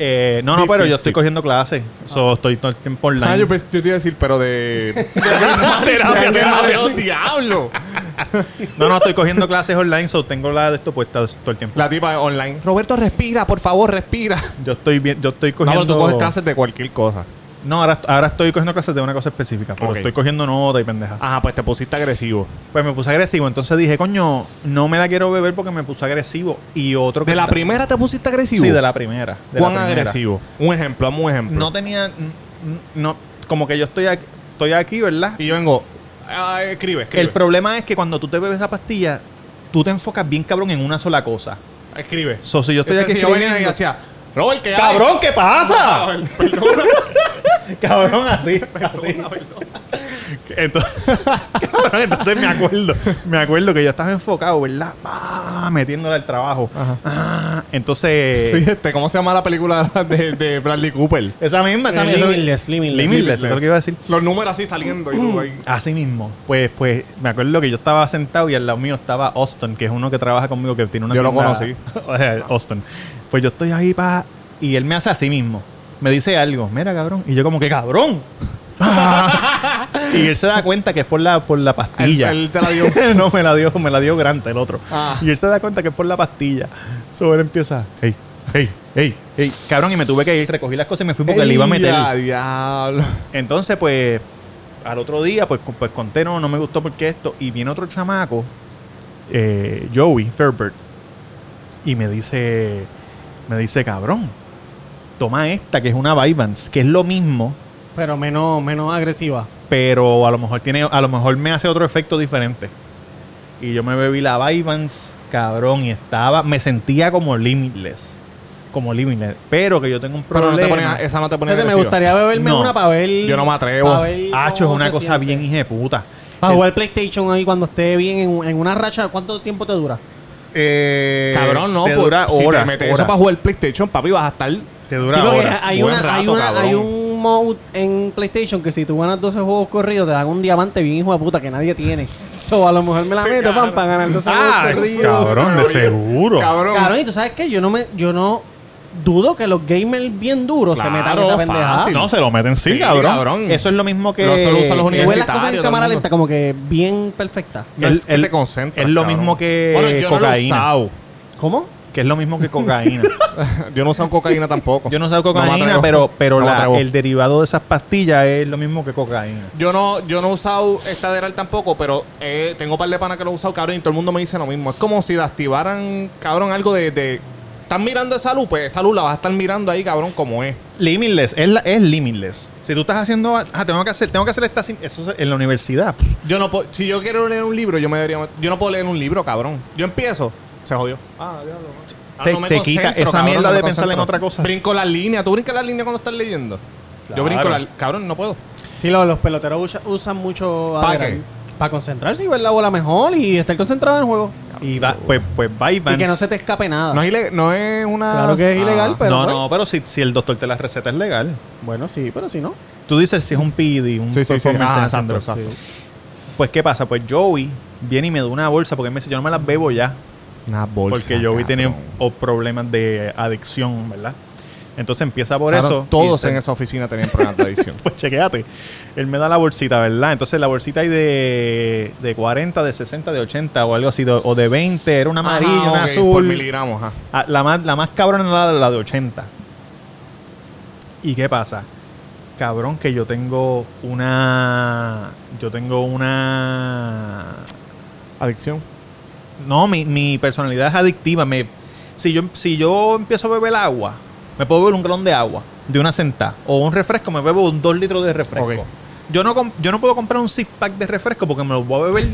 Speaker 1: Eh, no, no, pero yo estoy
Speaker 6: Difícil.
Speaker 1: cogiendo clases. So, estoy todo el tiempo online.
Speaker 6: Ah, yo, pensé- yo te iba a decir, pero de. terapia, terapia. ¡Diablo!
Speaker 1: No, no, estoy cogiendo clases online, so tengo la de esto puesta todo el tiempo.
Speaker 6: La tipa online. Roberto, respira, por favor, respira.
Speaker 1: Yo estoy bien, yo estoy
Speaker 6: No,
Speaker 1: cogiendo.
Speaker 6: pero tú coges clases de cualquier cosa.
Speaker 1: No, ahora, ahora estoy cogiendo clases de una cosa específica, pero
Speaker 6: Ok.
Speaker 1: estoy cogiendo nota y pendeja.
Speaker 6: Ajá, pues te pusiste agresivo.
Speaker 1: Pues me puse agresivo, entonces dije, coño, no me la quiero beber porque me puse agresivo. Y otro que.
Speaker 6: ¿De la
Speaker 1: está-
Speaker 6: primera te pusiste agresivo?
Speaker 1: Sí, de la primera. De la
Speaker 6: ¿Cuán
Speaker 1: primera.
Speaker 6: agresivo? Un ejemplo, hazme un ejemplo.
Speaker 1: No tenía. n- n- No, como que yo estoy aquí, estoy aquí ¿verdad?
Speaker 6: Y yo vengo, ah, escribe, escribe.
Speaker 1: El problema es que cuando tú te bebes esa pastilla, tú te enfocas bien cabrón en una sola cosa.
Speaker 6: escribe.
Speaker 1: So, si yo estoy
Speaker 6: Ese
Speaker 1: aquí
Speaker 6: sí, yo venía y
Speaker 1: escribiendo-
Speaker 6: hacía, Robert, ¿qué hay?
Speaker 1: ¡Cabrón, qué pasa!
Speaker 6: Cabrón, perdona,
Speaker 1: Cabrón, así, así.
Speaker 6: perdona, perdona.
Speaker 1: Entonces, cabrón, entonces me acuerdo, me acuerdo que yo estaba enfocado, ¿verdad? Ah, metiéndole al trabajo. Ah, entonces,
Speaker 6: Sí, este, ¿cómo se llama la película de, de Bradley Cooper?
Speaker 1: esa misma, esa
Speaker 3: Eh,
Speaker 1: misma.
Speaker 3: Limitless, Limitless.
Speaker 1: Limitless, eso es lo que iba a decir. Mm.
Speaker 6: Los números así saliendo y tú ahí.
Speaker 1: Así mismo. Pues, pues, me acuerdo que yo estaba sentado y al lado mío estaba Austin, que es uno que trabaja conmigo que tiene una
Speaker 6: Yo lo
Speaker 1: tienda-
Speaker 6: conocí.
Speaker 1: Austin. Pues yo estoy ahí para Y él me hace así mismo. Me dice algo, mira cabrón. Y yo como que cabrón. y él se da cuenta que es por la, por la pastilla.
Speaker 6: Él- él te la dio. Ah.
Speaker 1: no, me la dio, me la dio Grant, el otro. Y él se da cuenta que es por la pastilla. So él empieza, hey, hey, hey, hey. Cabrón, y me tuve que ir, recogí las cosas y me fui porque le iba a meter.
Speaker 6: Ya, diablo.
Speaker 1: Entonces, pues, al otro día, pues, co- pues conté, no, no me gustó porque esto. Y viene otro chamaco, eh, Joey Ferbert, y me dice, me dice, cabrón, toma esta, que es una Vivance, que es lo mismo,
Speaker 3: Pero menos, menos agresiva.
Speaker 1: pero a lo mejor tiene, a lo mejor me hace otro efecto diferente. Y yo me bebí la Vivance, cabrón, y estaba, me sentía como limitless. Como limitless. Pero que yo tengo un
Speaker 6: Pero
Speaker 1: problema.
Speaker 6: no te ponía, esa no te ponía
Speaker 3: Fíjate, me
Speaker 6: agresiva.
Speaker 3: gustaría beberme
Speaker 1: No,
Speaker 3: una para ver.
Speaker 6: yo no me atrevo.
Speaker 3: pa' ver
Speaker 1: Hacho, es
Speaker 3: cómo
Speaker 1: una
Speaker 3: se
Speaker 1: cosa
Speaker 3: siente.
Speaker 1: bien hijeputa.
Speaker 3: Para
Speaker 1: El-
Speaker 3: Ah, jugar PlayStation ahí cuando esté bien en, en una racha, ¿cuánto tiempo te dura?
Speaker 1: Eh,
Speaker 6: Cabrón, no,
Speaker 1: te
Speaker 6: por-
Speaker 1: dura
Speaker 6: si
Speaker 1: horas,
Speaker 6: te metes
Speaker 1: horas.
Speaker 6: eso para jugar PlayStation, papi, vas a estar.
Speaker 1: Te dura
Speaker 3: sí, porque
Speaker 1: horas.
Speaker 3: hay,
Speaker 6: Buen
Speaker 3: una, hay,
Speaker 6: rato,
Speaker 3: una-
Speaker 6: cabrón.
Speaker 3: hay un mode en PlayStation que si tú ganas 12 juegos corridos te dan un diamante bien hijo de puta que nadie tiene. So, a lo mejor me la meto, pam, para ganar 12
Speaker 1: Ah,
Speaker 3: juegos corridos.
Speaker 1: es cabrón, de seguro.
Speaker 6: Cabrón.
Speaker 3: Cabrón, y tú sabes que yo no me, yo no dudo que los gamers bien duros
Speaker 6: Claro,
Speaker 3: se metan en esa pendejada.
Speaker 6: fácil.
Speaker 1: No, se lo meten sí,
Speaker 6: Sí,
Speaker 1: cabrón.
Speaker 6: cabrón.
Speaker 1: Eso es lo mismo que.
Speaker 6: Lo solo usan los
Speaker 3: Y ves las
Speaker 6: Universitario,
Speaker 3: cosas en
Speaker 6: todo
Speaker 3: cámara
Speaker 6: el mundo.
Speaker 3: lenta como que bien perfecta.
Speaker 6: No
Speaker 1: el-
Speaker 6: es que
Speaker 1: el-
Speaker 6: te concentras,
Speaker 1: es lo
Speaker 6: cabrón.
Speaker 1: mismo que
Speaker 6: Bueno, yo
Speaker 1: cocaína.
Speaker 6: No lo he
Speaker 3: ¿Cómo?
Speaker 1: Que es lo mismo que cocaína.
Speaker 6: usado. yo no he usado cocaína tampoco.
Speaker 1: Yo no sé
Speaker 6: No me
Speaker 1: cocaína,
Speaker 6: atrevo.
Speaker 1: pero, pero
Speaker 6: No me
Speaker 1: la-
Speaker 6: atrevo.
Speaker 1: el derivado de esas pastillas es lo mismo que cocaína.
Speaker 6: Yo no, yo no he usado estaderal tampoco, pero eh, tengo un par de panas que lo han usado, cabrón, y todo el mundo me dice lo mismo. Es como si te activaran, cabrón, algo de... de- estás mirando esa luz, pues esa luz la vas a estar mirando ahí, cabrón, como es.
Speaker 1: Limitless, es, la- es limitless. Si tú estás haciendo. Ah, tengo que hacer, tengo que hacer esta. sin- Eso es en la universidad.
Speaker 6: Yo no puedo... Si yo quiero leer un libro, yo me debería... Yo no puedo leer un libro, cabrón. Yo empiezo, se jodió. Ah, diablo. Ah,
Speaker 1: Te-
Speaker 6: no me
Speaker 1: te quita
Speaker 6: concentro,
Speaker 1: esa
Speaker 6: cabrón,
Speaker 1: mierda
Speaker 6: no me
Speaker 1: de pensar en
Speaker 6: concentro.
Speaker 1: otra cosa.
Speaker 6: Brinco las líneas. ¿Tú brincas las líneas cuando estás leyendo?
Speaker 1: Claro.
Speaker 6: Yo brinco la... Cabrón, no puedo.
Speaker 3: Sí, lo- los peloteros usa- usan mucho
Speaker 6: ¿Pa'
Speaker 3: Adderall.
Speaker 6: qué?
Speaker 3: Para concentrarse y ver la bola mejor y estar concentrado en el juego.
Speaker 1: Y va, pues, pues Vyvanse-
Speaker 3: Y que no se te escape nada.
Speaker 6: No es, ile- no es una...
Speaker 3: Ah. Claro que es
Speaker 6: Ah.
Speaker 3: ilegal, pero.
Speaker 1: no,
Speaker 3: pues,
Speaker 1: no, pero si, si el doctor te las receta es legal.
Speaker 3: Bueno, sí, pero si no.
Speaker 1: Tú dices si es un PD, un
Speaker 6: Sí, sí, sí.
Speaker 1: performance
Speaker 6: Ah,
Speaker 1: enhancement
Speaker 6: exacto,
Speaker 1: drug.
Speaker 6: exacto.
Speaker 1: Pues, ¿qué pasa? Pues Joey viene y me da una bolsa porque él me dice, yo no me las bebo ya.
Speaker 6: Una bolsa,
Speaker 1: porque Joey tiene
Speaker 6: cabrón.
Speaker 1: o problemas de adicción, ¿verdad? Entonces empieza por
Speaker 6: Claro,
Speaker 1: eso.
Speaker 6: Todos
Speaker 1: y se-
Speaker 6: en esa oficina tenían problemas de adicción.
Speaker 1: Pues chequeate. Él me da la bolsita, ¿verdad? Entonces la bolsita hay de, de 40, de 60, de 80 o algo así, de- o de 20. Era una amarilla,
Speaker 6: Ajá,
Speaker 1: una
Speaker 6: ok, Por
Speaker 1: azul.
Speaker 6: miligramos, ajá.
Speaker 1: Ah, la, más, la más cabrona era la, la de 80. ¿Y qué pasa? Cabrón, que yo tengo una. Yo tengo una.
Speaker 6: Adicción.
Speaker 1: No, mi, mi personalidad es adictiva. Me, si, yo, si yo empiezo a beber agua, me puedo beber un galón de agua de una sentada. O un refresco, me bebo un dos litros de refresco.
Speaker 6: Ok.
Speaker 1: Yo, no com- yo no puedo comprar un six pack de refresco porque me lo voy a beber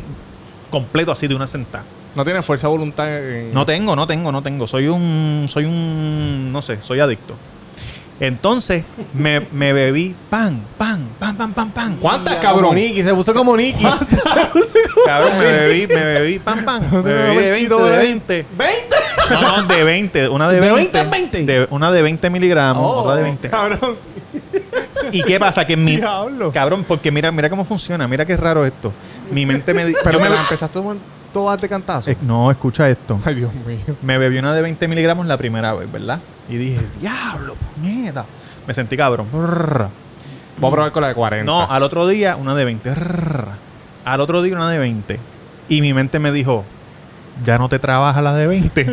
Speaker 1: completo así de una sentada.
Speaker 6: No tiene fuerza de voluntad. en-
Speaker 1: No tengo, no tengo, no tengo. Soy un. Soy un. No sé, soy adicto. Entonces, me, me bebí pan, pan, pan, pan, pan, pan.
Speaker 6: ¿Cuántas,
Speaker 3: Ya, como
Speaker 6: cabrón?
Speaker 3: Nicky, se puso como Nicky. se puso como.
Speaker 1: Cabrón, me bebí, me bebí pan, pan. Me bebí de 20, de 20.
Speaker 3: ¡20!
Speaker 1: No, no, de 20. Una de
Speaker 3: ¿De
Speaker 1: 20.
Speaker 3: 20 en 20?
Speaker 1: De- una de 20 miligramos,
Speaker 3: Oh.
Speaker 1: otra de 20.
Speaker 6: Cabrón.
Speaker 1: ¿Y qué pasa? Que en mi...
Speaker 6: Diablo.
Speaker 1: Cabrón, porque mira, mira cómo funciona. Mira qué raro esto. Mi mente me... di- yo
Speaker 6: Pero
Speaker 1: me
Speaker 6: me
Speaker 1: be-
Speaker 6: la empezaste tomar todas de cantazo.
Speaker 1: Eh, no, escucha esto.
Speaker 6: Ay, Dios mío.
Speaker 1: Me bebí una de 20 miligramos la primera vez, ¿verdad? Y dije, diablo, puñeta. Me sentí cabrón. Brrr.
Speaker 6: Voy a probar con la de 40.
Speaker 1: No, al otro día una de 20. Brrr. Al otro día una de 20. Y mi mente me dijo, ya no te trabaja la de 20.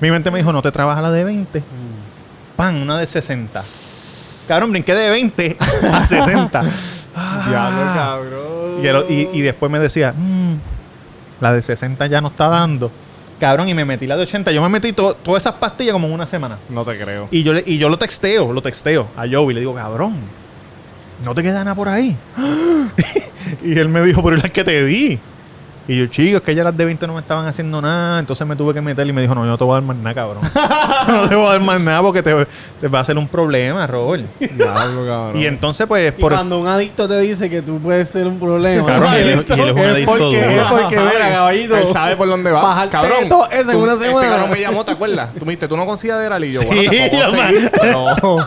Speaker 1: Mi mente me dijo, no te trabaja la de 20.
Speaker 6: Mm.
Speaker 1: Pan, una de 60. Cabrón, brinqué de 20 a 60. Ah.
Speaker 6: cabrón.
Speaker 1: Y, el o- y- y después me decía, "Mm, la de 60 ya no está dando. Cabrón, y me metí la de 80. Yo me metí to- todas esas pastillas como en una semana.
Speaker 6: No te creo.
Speaker 1: Y yo, le- y yo lo texteo, lo texteo a Joey. Le digo, cabrón, no te queda nada por ahí. y él me dijo, pero las que te di. Y yo, chico, es que ya las de 20 no me estaban haciendo nada. Entonces me tuve que meter y me dijo, no, yo no te voy a dar más nada, cabrón. no te voy a dar más nada porque te, te va a hacer un problema, Robert.
Speaker 6: Diablo, cabrón.
Speaker 1: y entonces, pues,
Speaker 3: Y
Speaker 1: por...
Speaker 3: cuando un adicto te dice que tú puedes ser un problema.
Speaker 1: Cabrón, y él- y él es un
Speaker 3: Es
Speaker 1: adicto
Speaker 3: porque-
Speaker 1: duro.
Speaker 3: es porque, mira, caballito.
Speaker 6: Él sabe por dónde va.
Speaker 3: Bajar teto, esa en
Speaker 6: tú-
Speaker 3: una
Speaker 6: este
Speaker 3: semana.
Speaker 6: cabrón me llamó, ¿te acuerdas? Tú me dijiste, tú no consideras de y yo,
Speaker 1: Sí,
Speaker 6: bueno, tampoco
Speaker 1: yo
Speaker 6: sé.
Speaker 1: me-
Speaker 6: No.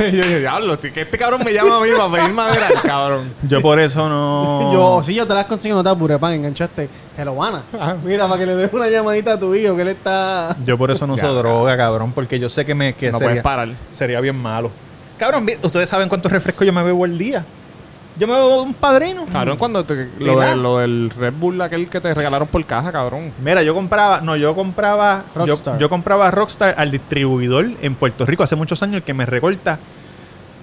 Speaker 6: yo dije, diablo, tío, que este cabrón me llama a mí para pedir madera, cabrón.
Speaker 1: Yo por eso no.
Speaker 3: Yo, si yo te las consigo, no te apures, pan, enganchaste. Hellovana. Mira, para que le des una llamadita a tu hijo, que él está...
Speaker 1: Yo por eso no
Speaker 6: Ya,
Speaker 1: uso droga, cabrón, porque yo sé que me que
Speaker 6: No puedes
Speaker 1: sería,
Speaker 6: parar.
Speaker 1: sería bien malo. Cabrón, vi- ustedes saben cuántos refrescos yo me bebo al día. Yo me bebo un padrino.
Speaker 6: Cabrón, cuando te-
Speaker 1: ¿Y
Speaker 6: lo,
Speaker 1: nada?
Speaker 6: de- lo del Red Bull, aquel que te regalaron por caja, cabrón.
Speaker 1: Mira, yo compraba, no, yo compraba, yo,
Speaker 3: Rockstar.
Speaker 1: yo compraba Rockstar al distribuidor en Puerto Rico hace muchos años, el que me recorta,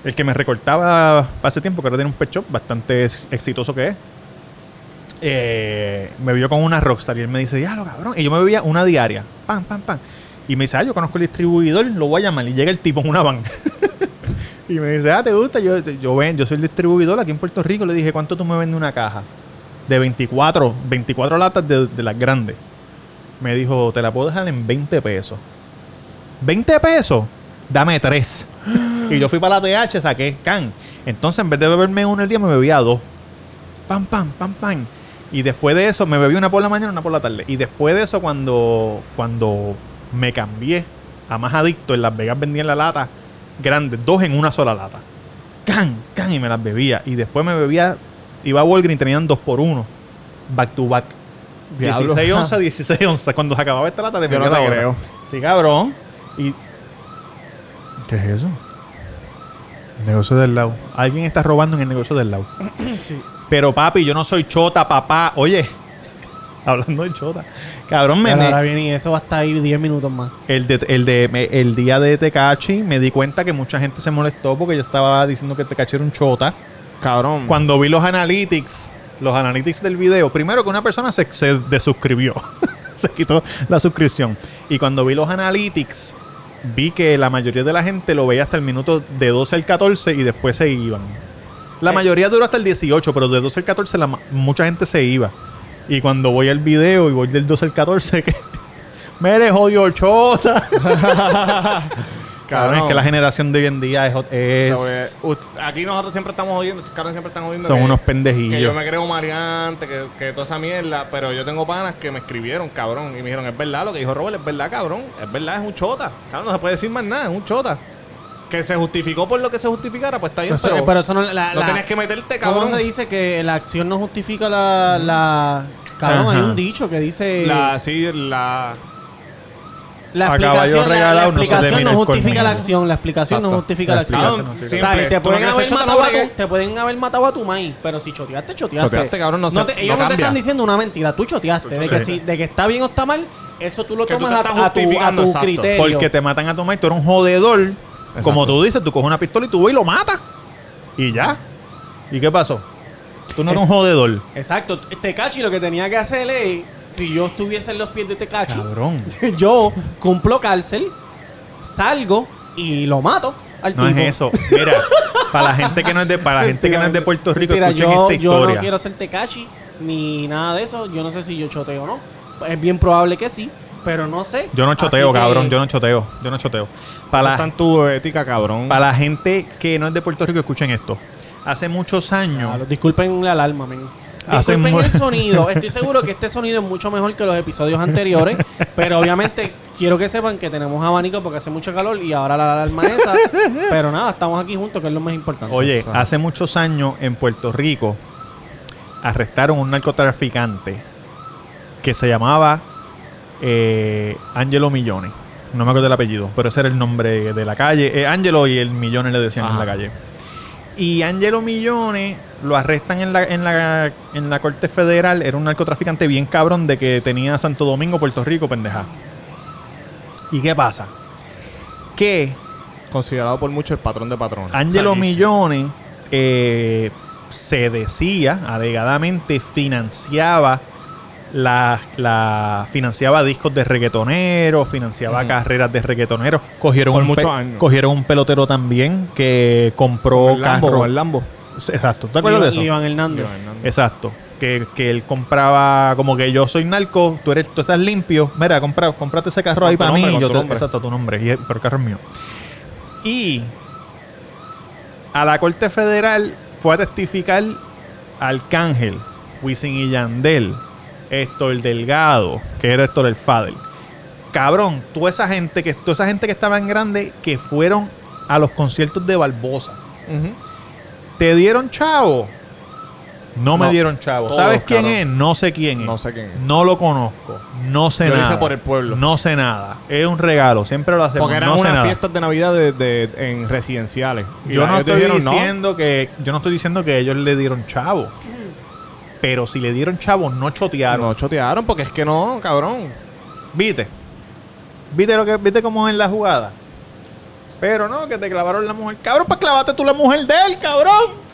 Speaker 1: el que me recortaba hace tiempo, que ahora tiene un pet shop bastante ex- exitoso que es. Eh, me vio con una Rockstar y él me dice, diablo, cabrón. Y yo me bebía una diaria, pam, pam, pam. Y me dice, ah, yo conozco el distribuidor, lo voy a llamar. Y llega el tipo en una van. y me dice, ah, ¿te gusta? Yo, yo ven, yo soy el distribuidor aquí en Puerto Rico. Le dije, ¿cuánto tú me vendes una caja? De 24, 24 latas de, de las grandes. Me dijo, te la puedo dejar en 20 pesos. ¿20 pesos? Dame 3. y yo fui para la TH, saqué can. Entonces, en vez de beberme uno el día, me bebía dos. Pam, pam, pam, pam. Y después de eso, me bebí una por la mañana y una por la tarde. Y después de eso, cuando, cuando me cambié a más adicto, en Las Vegas vendían la lata grande, dos en una sola lata. Can, can, y me las bebía. Y después me bebía, iba a Walgreens, tenían dos por uno. Back to back. 16 onzas, 16 onzas. Cuando se acababa esta lata, te
Speaker 6: Yo
Speaker 1: bebía
Speaker 6: no te
Speaker 1: la otra.
Speaker 6: creo.
Speaker 1: Sí, cabrón. Y... ¿Qué es eso? Negocio del lado. Alguien está robando en el negocio del lado. Pero papi, yo no soy chota, papá. Oye, hablando de chota. Cabrón, me,
Speaker 3: Pero
Speaker 1: me-
Speaker 3: ahora viene y eso va a estar ahí 10 minutos más.
Speaker 1: el, de, el, de, me- el día de Tecachi me di cuenta que mucha gente se molestó porque yo estaba diciendo que Tecachi era un chota.
Speaker 6: Cabrón.
Speaker 1: Cuando vi los analytics, los analytics del video, primero que una persona se, se desuscribió, se quitó la suscripción. Y cuando vi los analytics, vi que la mayoría de la gente lo veía hasta el minuto de 12 al 14 y después se iban.
Speaker 6: Eh.
Speaker 1: La mayoría duró hasta el 18, pero de 12 al 14 la ma- mucha gente se iba. Y cuando voy al video y voy del 12 al 14, que me jodido chota. Cabrón, es que la generación de hoy en día es...
Speaker 6: Te
Speaker 1: es-
Speaker 6: voy a- ut- Aquí nosotros siempre estamos jodiendo, estos cabrones siempre están jodiendo.
Speaker 1: son
Speaker 6: que-
Speaker 1: unos
Speaker 6: Que yo
Speaker 1: pendejillos.
Speaker 6: me creo maleante, que, que toda esa mierda, pero yo tengo panas que me escribieron, cabrón, y me dijeron, es verdad lo que dijo Robert, es verdad, cabrón, es verdad, es un chota. Cabrón, no se puede decir más nada, es un chota. Que se justificó por lo que se justificara, pues está bien,
Speaker 3: Pero eso,
Speaker 6: pero,
Speaker 3: pero eso no... La,
Speaker 6: no
Speaker 3: la-
Speaker 6: tenías que meterte,
Speaker 3: ¿Cómo
Speaker 6: cabrón.
Speaker 3: se dice que la acción no justifica la... la cabrón, hay
Speaker 1: Ajá.
Speaker 3: un dicho que dice...
Speaker 6: La, sí, la...
Speaker 3: La
Speaker 1: A
Speaker 3: explicación,
Speaker 1: caballo
Speaker 3: la- la,
Speaker 1: regalado no se
Speaker 3: explicación
Speaker 1: termina
Speaker 3: no
Speaker 1: el
Speaker 3: justifica
Speaker 1: colmillo.
Speaker 3: la acción. La explicación no
Speaker 1: Exacto.
Speaker 3: justifica
Speaker 1: La
Speaker 3: la acción.
Speaker 1: explicación no
Speaker 3: O
Speaker 6: justifica
Speaker 3: sea,
Speaker 6: la acción.
Speaker 3: te
Speaker 6: Tú no
Speaker 3: pueden,
Speaker 6: quieres
Speaker 3: haber
Speaker 6: ser chota,
Speaker 3: matado a
Speaker 6: no
Speaker 3: tu,
Speaker 6: bregues.
Speaker 3: te pueden haber matado a tu maíz, pero si choteaste, choteaste.
Speaker 6: Choteaste, cabrón, no se-
Speaker 3: te-
Speaker 6: no
Speaker 3: Ellos no te
Speaker 6: cambia.
Speaker 3: están diciendo una mentira, tú choteaste. De que,
Speaker 1: choteaste.
Speaker 3: si, de que está bien o está mal, eso tú lo
Speaker 6: Que tú
Speaker 3: tomas
Speaker 6: te
Speaker 3: a,
Speaker 6: estás
Speaker 3: a tu, a
Speaker 6: justificando,
Speaker 3: tu
Speaker 6: exacto.
Speaker 3: criterio.
Speaker 1: Porque te matan a tu maestro, eres un jodedor. Como tú dices, tú coges una pistola y tú vas y lo matas. Y ya. ¿Y qué pasó? Tú no eres
Speaker 3: Es-
Speaker 1: un jodedor.
Speaker 3: Exacto. Tecachi lo que tenía que hacer es, si yo estuviese en los pies de Tecachi,
Speaker 1: Cabrón.
Speaker 3: yo cumplo cárcel, salgo y lo mato al
Speaker 1: No es
Speaker 3: tipo.
Speaker 1: eso. Mira, para la gente que no es de, para la gente que no es de Puerto Rico,
Speaker 3: Mira,
Speaker 1: escuchen
Speaker 3: yo,
Speaker 1: esta
Speaker 3: Yo
Speaker 1: historia.
Speaker 3: no quiero ser Tecachi ni nada de eso. Yo no sé si yo choteo o no. Es bien probable que sí, pero no sé.
Speaker 1: Yo no choteo,
Speaker 3: Así que-
Speaker 1: cabrón. Yo no choteo. Yo no choteo.
Speaker 6: Eso
Speaker 1: Para
Speaker 6: está
Speaker 1: la,
Speaker 6: en tu ética, cabrón.
Speaker 1: para la gente que no es de Puerto Rico, escuchen esto. Hace muchos años.
Speaker 3: Claro, disculpen la alarma, men.
Speaker 1: Hacen
Speaker 3: Disculpen
Speaker 1: mu-
Speaker 3: el sonido. Estoy seguro que este sonido es mucho mejor que los episodios anteriores. pero obviamente quiero que sepan que tenemos abanico porque hace mucho calor y ahora la alarma es esa. pero nada, estamos aquí juntos, que es lo más importante.
Speaker 1: Oye,
Speaker 3: O sea,
Speaker 1: hace muchos años en Puerto Rico arrestaron un narcotraficante que se llamaba eh, Angelo Millones. No me acuerdo el apellido, pero ese era el nombre de la calle. Eh, Angelo y el Millones le decían en
Speaker 6: Ajá.
Speaker 1: la calle. Y Angelo Millones lo arrestan en la, en, la, en la Corte Federal. Era un narcotraficante bien cabrón de que tenía Santo Domingo, Puerto Rico, pendeja. ¿Y qué pasa? Que
Speaker 6: Considerado por mucho el patrón de patrones.
Speaker 1: Angelo
Speaker 6: Ahí.
Speaker 1: Millones eh, se decía, alegadamente, financiaba la, la- financiaba discos de reggaetoneros, financiaba
Speaker 6: Ujú.
Speaker 1: carreras de reggaetoneros. Cogieron
Speaker 6: Por
Speaker 1: un
Speaker 6: muchos
Speaker 1: pe-
Speaker 6: años.
Speaker 1: cogieron un pelotero también que compró
Speaker 6: El Lambo,
Speaker 1: carro-
Speaker 6: el Lambo.
Speaker 1: Exacto, ¿te acuerdas de eso?
Speaker 3: Iván Hernández.
Speaker 1: Exacto. Que, que él compraba como que yo soy narco, tú eres, tú estás limpio. Mira, compra, comprate ese carro
Speaker 6: Con
Speaker 1: ahí
Speaker 6: tu
Speaker 1: para mí.
Speaker 6: nombre,
Speaker 1: y
Speaker 6: con
Speaker 1: yo
Speaker 6: tu
Speaker 1: te-
Speaker 6: nombre.
Speaker 1: exacto, tu nombre. y- pero el carro es mío. Y a la Corte Federal fue a testificar Arcángel, Wisin y Yandel, Héctor Delgado, que era Héctor el Fadel. Cabrón, toda esa gente que, toda esa gente que estaba en grande, que fueron a los conciertos de Barbosa. ¿Te dieron chavo? No, me
Speaker 6: No.
Speaker 1: dieron chavo.
Speaker 6: Todos,
Speaker 1: ¿Sabes quién
Speaker 6: cabrón.
Speaker 1: es? No sé quién es.
Speaker 6: No sé quién es.
Speaker 1: No lo conozco. No sé
Speaker 6: Yo lo hice
Speaker 1: nada.
Speaker 6: por el pueblo.
Speaker 1: No sé nada. Es un regalo. Siempre lo hacemos.
Speaker 6: Porque eran
Speaker 1: no sé
Speaker 6: unas
Speaker 1: nada.
Speaker 6: fiestas de Navidad de, de- en residenciales. Y
Speaker 1: Yo
Speaker 6: la-
Speaker 1: no
Speaker 6: ellos
Speaker 1: estoy
Speaker 6: dijeron, "No".
Speaker 1: diciendo que yo no estoy diciendo que ellos le dieron chavo. Pero si le dieron chavo, no chotearon.
Speaker 6: No chotearon porque es que no, cabrón.
Speaker 1: ¿Viste? ¿Viste lo que viste cómo es en la jugada? Pero no, que te clavaron la mujer. Cabrón, pues clavaste tú la mujer de él, cabrón.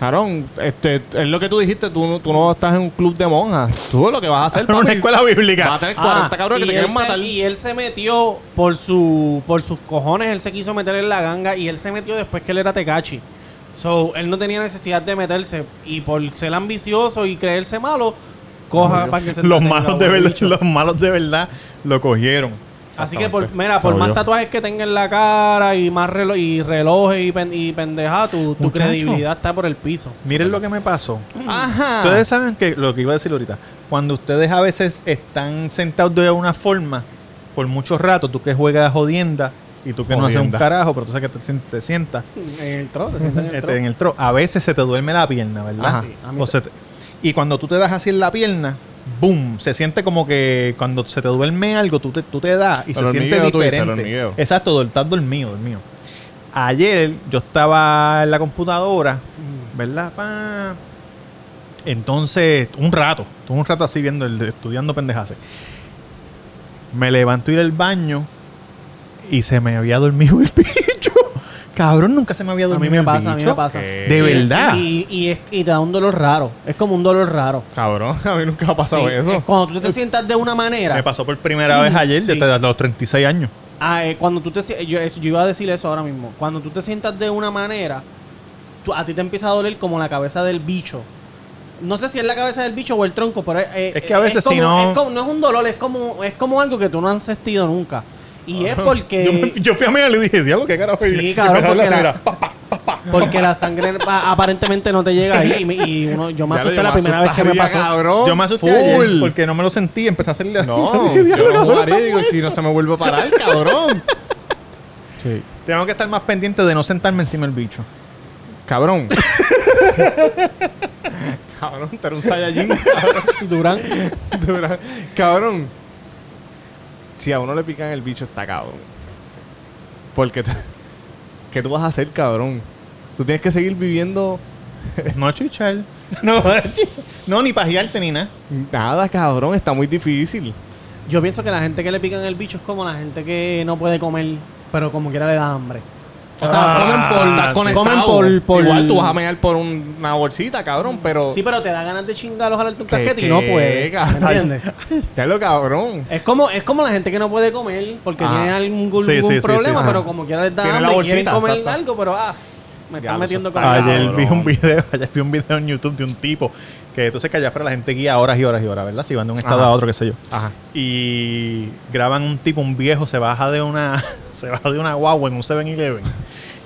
Speaker 6: Cabrón, este, es lo que tú dijiste, tú, no- tú no estás en un club de monjas. Tú lo que vas a hacer
Speaker 1: En una
Speaker 6: papi,
Speaker 1: escuela
Speaker 6: vas a
Speaker 1: bíblica.
Speaker 6: tener 40 cabrones que
Speaker 3: Ah, y
Speaker 6: te
Speaker 3: él
Speaker 6: quieren
Speaker 3: se-
Speaker 6: matar.
Speaker 3: Y él se metió por su por sus cojones, él se quiso meter en la ganga y él se metió después que él era Tecachi. So, él no tenía necesidad de meterse y por ser ambicioso y creerse malo, coja para que se
Speaker 1: Los
Speaker 3: entretenga,
Speaker 1: malos de
Speaker 3: huele
Speaker 1: verdad,
Speaker 3: bicho.
Speaker 1: los malos de verdad lo cogieron.
Speaker 3: Así que por, mira, por más
Speaker 8: Obvio.
Speaker 3: tatuajes que tenga en la cara y más relo- y relojes y, pen- y pendeja, tu, tu
Speaker 1: Muchacho.
Speaker 3: credibilidad está por el piso.
Speaker 1: Miren lo que me pasó.
Speaker 3: Ah.
Speaker 6: Ajá.
Speaker 1: Ustedes saben que lo que iba a decir ahorita, cuando ustedes a veces están sentados de una forma por mucho rato, tú que juegas jodienda y tú que no haces un
Speaker 6: Jodienda.
Speaker 1: carajo, pero tú sabes que te, sien- te sientas
Speaker 3: En el trote,
Speaker 1: este, en el tro, a veces se te duerme la pierna, ¿verdad?
Speaker 6: Ajá.
Speaker 3: Sí, a mí
Speaker 1: O
Speaker 3: se-
Speaker 1: se te- y cuando tú te das así en la pierna, boom, se siente como que cuando se te duerme algo, tú te, tú te das y
Speaker 6: El
Speaker 1: se siente
Speaker 6: hormigueo, tú dices, el
Speaker 1: diferente.
Speaker 6: hormigueo.
Speaker 1: Exacto, dol- estás dormido, dormido. Ayer yo estaba en la computadora,
Speaker 3: Mm.
Speaker 1: ¿verdad? Pa. Entonces, un rato, estuve un rato así viendo, el, estudiando pendejas. Me levanto a ir al baño y se me había dormido el bicho. Cabrón, nunca se me había
Speaker 3: A
Speaker 1: dormido
Speaker 3: mí me
Speaker 1: el
Speaker 3: pasa, a mí
Speaker 1: bicho.
Speaker 3: me pasa.
Speaker 6: ¿Qué?
Speaker 1: De
Speaker 3: Y-
Speaker 1: verdad.
Speaker 3: Y, y es- y te da un dolor raro. Es como un dolor raro.
Speaker 6: Cabrón, a mí nunca me ha pasado
Speaker 3: Sí, es
Speaker 6: eso.
Speaker 3: cuando tú te sientas de una
Speaker 1: Me
Speaker 3: manera.
Speaker 1: pasó por
Speaker 6: Mm,
Speaker 1: primera vez ayer,
Speaker 3: sí.
Speaker 1: desde los 36 años.
Speaker 3: Ah, eh, cuando tú te si- yo, eso- yo iba a decir eso ahora mismo. Cuando tú te sientas de una manera, tú- a ti te empieza a doler como la cabeza del bicho. No sé si es la cabeza del bicho o el tronco, pero es, eh,
Speaker 1: Es que a veces
Speaker 3: como-
Speaker 1: si no-
Speaker 3: es como- no es un dolor, es como es como algo que tú no has sentido nunca. Y es porque
Speaker 1: Yo, me- yo fui a mirar y le dije, diablo, qué carajo.
Speaker 3: Sí,
Speaker 1: Y- y
Speaker 3: cabrón,
Speaker 1: me salió la
Speaker 3: porque la-
Speaker 1: señora, pa, pa, pa, pa.
Speaker 3: porque la sangre pa- aparentemente no te llega ahí y, me- y uno, yo me
Speaker 6: Ya lo-
Speaker 3: asusté
Speaker 6: yo
Speaker 3: la
Speaker 6: me
Speaker 3: primera vez que me
Speaker 6: asustaría,
Speaker 3: pasó.
Speaker 6: Cabrón,
Speaker 1: Yo me asusté ayer
Speaker 6: full.
Speaker 1: porque no me lo sentí, empecé a hacerle así.
Speaker 6: No,
Speaker 1: así,
Speaker 6: si
Speaker 1: diablo,
Speaker 6: yo no
Speaker 1: cabrón,
Speaker 6: jugaré,
Speaker 1: está
Speaker 6: digo, si no se me vuelve a parar, cabrón. Sí.
Speaker 1: Tengo que estar más pendiente de no sentarme encima del bicho.
Speaker 6: Cabrón. cabrón, tú eres un Saiyajin. cabrón.
Speaker 3: Durán.
Speaker 6: Dura- cabrón. Si a uno le pican el bicho, está cabrón. Porque tú- ¿Qué tú vas a hacer, cabrón? Tú tienes que seguir viviendo
Speaker 1: No chichar. No, no ni pajearte ni nada.
Speaker 6: nada, cabrón. Está muy difícil.
Speaker 3: Yo pienso que la gente que le pican el bicho es como la gente que no puede comer, pero como quiera le da hambre. O sea,
Speaker 1: Ah,
Speaker 3: comen por...
Speaker 1: sí.
Speaker 6: Estás conectado.
Speaker 3: Comen por- por-
Speaker 6: Igual tú vas a mear por un- una bolsita, cabrón, pero...
Speaker 3: Sí, pero te da ganas de chingar los un
Speaker 6: ¿Qué-
Speaker 3: casquete y no
Speaker 6: qué,
Speaker 3: puedes.
Speaker 6: cabrón?
Speaker 3: pues, ¿Entiendes?
Speaker 6: Te lo cabrón.
Speaker 3: Es como, es como la gente que no puede comer porque
Speaker 6: Ah.
Speaker 3: tiene algún,
Speaker 1: Sí,
Speaker 3: algún
Speaker 1: sí, sí,
Speaker 3: problema,
Speaker 1: sí,
Speaker 3: pero
Speaker 1: sí.
Speaker 3: como quiera les da
Speaker 6: Tiene la
Speaker 3: hambre y quieren
Speaker 6: bolsita,
Speaker 3: comer
Speaker 6: exacto.
Speaker 3: algo, pero ah, me
Speaker 6: Ya,
Speaker 3: están
Speaker 6: eso
Speaker 3: metiendo
Speaker 6: está
Speaker 3: con el-
Speaker 1: Ayer vi
Speaker 6: cabrón.
Speaker 1: un video, ayer vi un video en YouTube de un tipo que entonces que allá afuera la gente guía horas y horas y horas, ¿verdad? Si van de un estado
Speaker 6: Ajá.
Speaker 1: a otro, qué sé yo.
Speaker 6: Ajá.
Speaker 1: y graban un tipo, un viejo, se baja de una, se baja de una guagua en un 7-Eleven